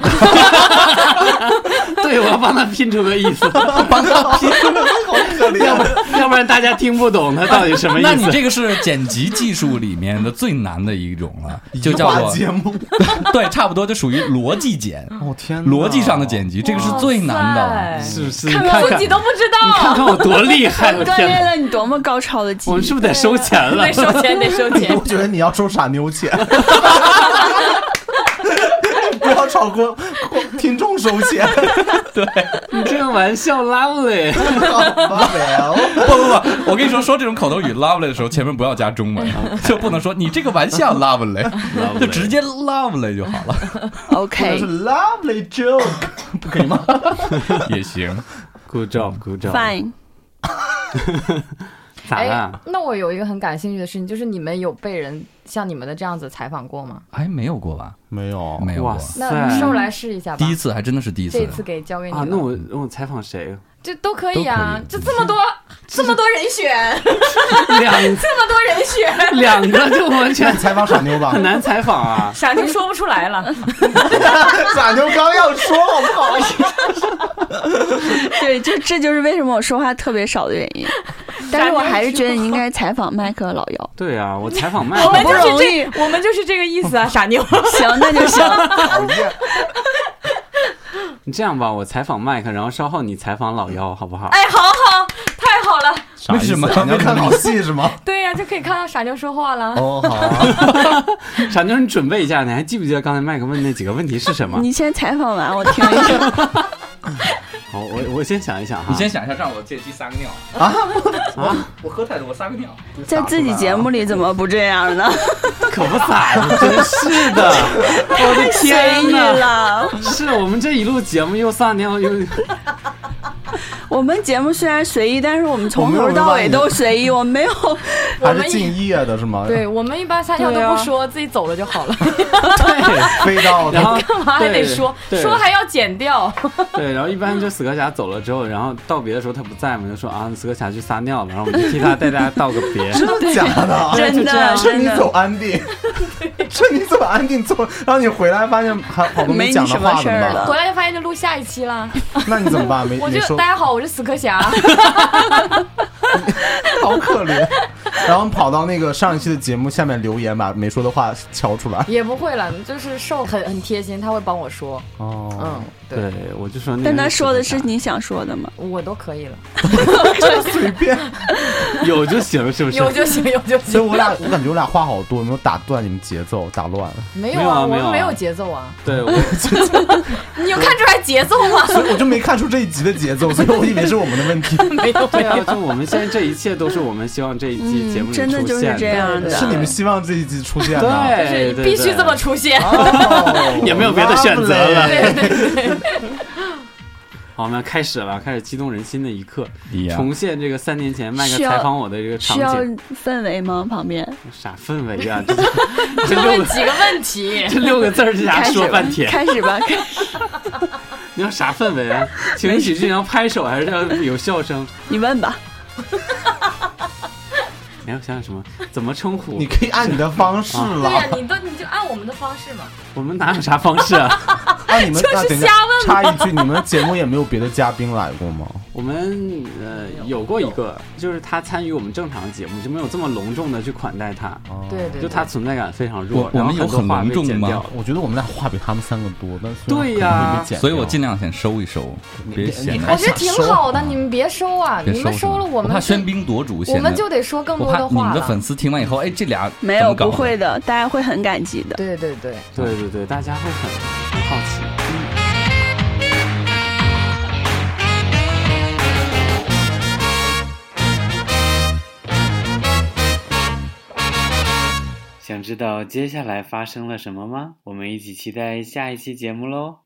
[SPEAKER 1] 对我要帮她拼出个意思，
[SPEAKER 3] 帮他拼，好可怜
[SPEAKER 1] 要不 要不然大家听不懂她到底什么意
[SPEAKER 5] 那你
[SPEAKER 1] 思。
[SPEAKER 5] 这个是 剪辑技术里面的最难的一种了，就叫
[SPEAKER 3] 华
[SPEAKER 5] 做
[SPEAKER 3] 节目，
[SPEAKER 5] 对，差不多就属属于逻辑剪，
[SPEAKER 3] 哦天哪，
[SPEAKER 5] 逻辑上的剪辑，这个是最难的。
[SPEAKER 1] 是不是？你
[SPEAKER 4] 看
[SPEAKER 1] 看
[SPEAKER 4] 看
[SPEAKER 2] 自己都不知
[SPEAKER 1] 你看
[SPEAKER 2] 道，
[SPEAKER 1] 看我多厉
[SPEAKER 3] 哎
[SPEAKER 1] 害！我
[SPEAKER 4] 锻
[SPEAKER 1] 天
[SPEAKER 4] 炼
[SPEAKER 1] 哪，
[SPEAKER 4] 了你多么高超的技
[SPEAKER 1] 我们是
[SPEAKER 4] 艺！
[SPEAKER 1] 不是得收钱了
[SPEAKER 2] 得？收钱，得收钱
[SPEAKER 3] 我。觉得你要收傻妞 钱，不要吵过听众收钱，
[SPEAKER 1] 你这个玩笑 lovely，
[SPEAKER 3] 好吧
[SPEAKER 5] 不不不，我跟你说，说这种口头语 lovely 的时候，前面不要加 中文，就不能说你这个玩笑 lovely，就 直接 lovely 就好了，
[SPEAKER 3] 那
[SPEAKER 4] OK，
[SPEAKER 3] 是 lovely joke，不可以吗？
[SPEAKER 5] 也行。
[SPEAKER 1] 鼓掌鼓掌。
[SPEAKER 4] Fine，
[SPEAKER 1] 咋了？
[SPEAKER 2] 哎那我有一个很感兴趣的事情，就是你们有被人像你们的这样子采访过吗？
[SPEAKER 5] 哎，没有过吧？
[SPEAKER 3] 没有，
[SPEAKER 5] 没有过
[SPEAKER 1] 哎哇。塞！
[SPEAKER 2] 那收来试一下吧
[SPEAKER 5] 第一。次还真的是第一
[SPEAKER 2] 这
[SPEAKER 5] 次
[SPEAKER 2] 一，次给交给你
[SPEAKER 1] 啊，那
[SPEAKER 2] 了，
[SPEAKER 1] 我我采访谁？
[SPEAKER 2] 这都可以啊，
[SPEAKER 5] 都可
[SPEAKER 2] 这
[SPEAKER 5] 以
[SPEAKER 2] 这么多这么多人选，
[SPEAKER 1] 两
[SPEAKER 2] 这么多人选，
[SPEAKER 1] 两个就完
[SPEAKER 3] 那
[SPEAKER 1] 全
[SPEAKER 3] 你采访傻妞吧
[SPEAKER 1] 很，难采访啊。
[SPEAKER 2] 傻妞说不出来了。
[SPEAKER 3] 傻妞刚要说好不好？
[SPEAKER 4] 对，这这就是为什么我说话特别少的原因。但是我还是觉得你应该采访麦克老姚，
[SPEAKER 1] 对啊，我采访麦
[SPEAKER 2] 我们
[SPEAKER 1] 克，
[SPEAKER 2] 就是
[SPEAKER 4] 好不容
[SPEAKER 2] 这，我们就是这个意思啊，傻 妞。
[SPEAKER 4] 行，那就行。
[SPEAKER 3] 讨厌，
[SPEAKER 1] 你这样吧，我采访麦克，然后稍后你采访老妖，好不 好？
[SPEAKER 2] 哎，好好，太好了，
[SPEAKER 5] 为什么
[SPEAKER 3] 傻妞看好戏是吗？
[SPEAKER 2] 对呀、就可以看到傻妞说话了。
[SPEAKER 3] 哦，好啊，
[SPEAKER 1] 傻妞，你准备一下，你还记不记得刚才麦克问那几个问题是什么？
[SPEAKER 4] 你先采访完，我听一 下。
[SPEAKER 1] 好，我我先想一想哈。
[SPEAKER 5] 你先想一下，让我借机撒个尿
[SPEAKER 1] 啊！
[SPEAKER 5] 啊我喝太多，我撒个尿。
[SPEAKER 4] 在自己节目里怎么不这样呢？
[SPEAKER 1] 可不咋的，真是 的，我的
[SPEAKER 4] 随
[SPEAKER 1] 天
[SPEAKER 4] 意
[SPEAKER 1] 呐！
[SPEAKER 4] 了。
[SPEAKER 1] 是我们这一路节目又撒尿 又
[SPEAKER 4] 我们节目虽然随意，但是我们从
[SPEAKER 3] 我没
[SPEAKER 4] 头
[SPEAKER 3] 有
[SPEAKER 4] 到尾
[SPEAKER 3] 人
[SPEAKER 4] 都随意，我没有。
[SPEAKER 3] 还是敬业的是吗？
[SPEAKER 2] 对，我们一般撒尿都
[SPEAKER 4] 对啊
[SPEAKER 2] 不说，自己走了就好了，
[SPEAKER 1] 对，
[SPEAKER 3] 飞到
[SPEAKER 1] 然后
[SPEAKER 2] 干嘛还得说？
[SPEAKER 1] 对
[SPEAKER 2] 说还要剪掉，
[SPEAKER 1] 对，然后一般就死哥侠走了之后，然后道别的时候他不在嘛，就说啊，死哥侠去撒尿了，然后我们就替他带大家道个别。
[SPEAKER 3] 真的假
[SPEAKER 1] 啊
[SPEAKER 3] 的？
[SPEAKER 4] 真 的，
[SPEAKER 3] 趁
[SPEAKER 4] 真
[SPEAKER 3] 你
[SPEAKER 4] 的
[SPEAKER 3] 走 安定，趁你走安定做，然后你回来发现还好多讲的话怎
[SPEAKER 4] 没你什么事儿
[SPEAKER 3] 么
[SPEAKER 2] 回
[SPEAKER 4] 了
[SPEAKER 3] 办？
[SPEAKER 2] 来就发现就录下一期了。
[SPEAKER 3] 那你怎么 办？没
[SPEAKER 2] 我
[SPEAKER 3] 没
[SPEAKER 2] 就
[SPEAKER 3] 说
[SPEAKER 2] 大，家好，我是死磕侠，
[SPEAKER 3] 好可怜。然后跑到那个上一期的节目下面留言，把没说的话敲出来。
[SPEAKER 2] 也不会了，就是瘦很很贴心，他会帮我说，
[SPEAKER 3] 哦
[SPEAKER 2] 嗯，，对
[SPEAKER 1] 对，我就说那。
[SPEAKER 4] 嗯但他说的是你想说的吗？
[SPEAKER 2] 我都可以了，
[SPEAKER 3] 随便。
[SPEAKER 1] 有就行，是不是？
[SPEAKER 2] 有就行，有就
[SPEAKER 3] 所以
[SPEAKER 2] 行。
[SPEAKER 3] 我俩，我感觉我俩话好多，有没有打断你们节奏，打乱了。
[SPEAKER 2] 没
[SPEAKER 1] 没有啊
[SPEAKER 2] 我
[SPEAKER 1] 没有
[SPEAKER 2] 们
[SPEAKER 1] 啊
[SPEAKER 2] 没有节奏啊，
[SPEAKER 1] 对，我
[SPEAKER 2] 你有看出来节奏吗？
[SPEAKER 3] 所以我就没看出这一集的节奏，所以我以为是我们的 问题，
[SPEAKER 2] 没有，没
[SPEAKER 1] 对啊，
[SPEAKER 2] 有。
[SPEAKER 1] 就我们现在这一切都是我们希望这一期节目
[SPEAKER 4] 嗯，
[SPEAKER 1] 里
[SPEAKER 4] 真的
[SPEAKER 1] 出
[SPEAKER 4] 就是
[SPEAKER 1] 现
[SPEAKER 4] 这样
[SPEAKER 2] 对
[SPEAKER 4] 的。
[SPEAKER 2] 对
[SPEAKER 3] 是你们希望这一集出现的。
[SPEAKER 2] 就是
[SPEAKER 1] 对，
[SPEAKER 2] 必须这么出现。
[SPEAKER 3] 哦
[SPEAKER 1] 也没有别的选择了
[SPEAKER 3] lovely
[SPEAKER 2] 对对对，
[SPEAKER 1] 好，我们开始了，开始激动人心的一刻，
[SPEAKER 5] 呀
[SPEAKER 1] 重现这个三年前麦克
[SPEAKER 4] 需要
[SPEAKER 1] 采访我的这个场
[SPEAKER 4] 需要
[SPEAKER 1] 景，
[SPEAKER 4] 氛围吗？旁边
[SPEAKER 1] 啥氛围啊？ 这这
[SPEAKER 2] 就
[SPEAKER 1] 六
[SPEAKER 2] 问
[SPEAKER 1] 个
[SPEAKER 2] 几个问题。
[SPEAKER 1] 这六个字儿是啥
[SPEAKER 4] 开始
[SPEAKER 1] 说
[SPEAKER 4] 吧
[SPEAKER 1] 半天？
[SPEAKER 4] 开始吧，开
[SPEAKER 1] 你要啥氛围啊？情景喜剧要拍手还是要有笑声？
[SPEAKER 4] 你问吧。
[SPEAKER 1] 哎，我想想什么？怎么称呼
[SPEAKER 3] 你？可以按你的方式
[SPEAKER 2] 对
[SPEAKER 4] 啊
[SPEAKER 2] 呀、
[SPEAKER 3] 了，
[SPEAKER 2] 你都你就按我们的方式嘛。
[SPEAKER 1] 我们哪有啥方式啊？
[SPEAKER 3] 按你们
[SPEAKER 2] 就是
[SPEAKER 3] 啊等一下
[SPEAKER 2] 瞎问
[SPEAKER 3] 插一句，你们节目也没有别的嘉宾来过吗？
[SPEAKER 1] 我们呃有过一个，就是他参与我们正常节目，就没有这么隆重的去款待他，
[SPEAKER 3] 哦
[SPEAKER 2] 对对对，
[SPEAKER 1] 就他存在感非常
[SPEAKER 5] 我
[SPEAKER 1] 弱。
[SPEAKER 5] 我们有
[SPEAKER 1] 然后
[SPEAKER 5] 很隆
[SPEAKER 1] 多话被
[SPEAKER 5] 重
[SPEAKER 1] 剪
[SPEAKER 5] 吗
[SPEAKER 1] 掉了
[SPEAKER 3] 我觉得我们俩话比他们三个多，但是
[SPEAKER 1] 对呀
[SPEAKER 5] 所以我尽量先收一收，别
[SPEAKER 3] 你
[SPEAKER 5] 显
[SPEAKER 3] 你
[SPEAKER 5] 得
[SPEAKER 2] 我觉得挺好的，你们别收啊！
[SPEAKER 5] 别
[SPEAKER 2] 你们
[SPEAKER 5] 收
[SPEAKER 2] 了我们
[SPEAKER 5] 怕
[SPEAKER 2] 就
[SPEAKER 5] 喧宾夺主，
[SPEAKER 2] 我
[SPEAKER 5] 显
[SPEAKER 2] 们
[SPEAKER 5] 得
[SPEAKER 2] 就得说更
[SPEAKER 5] 我
[SPEAKER 2] 多
[SPEAKER 5] 怕你
[SPEAKER 2] 话
[SPEAKER 5] 们的
[SPEAKER 2] 了。
[SPEAKER 5] 粉丝听完以后，哎，这俩
[SPEAKER 4] 没
[SPEAKER 5] 怎
[SPEAKER 4] 有，
[SPEAKER 5] 么搞
[SPEAKER 4] 不会的，大家会很感激的。
[SPEAKER 2] 对对对，
[SPEAKER 1] 对对对，大家会很很好奇。嗯想知道接下来发生了什么吗？我们一起期待下一期节目喽！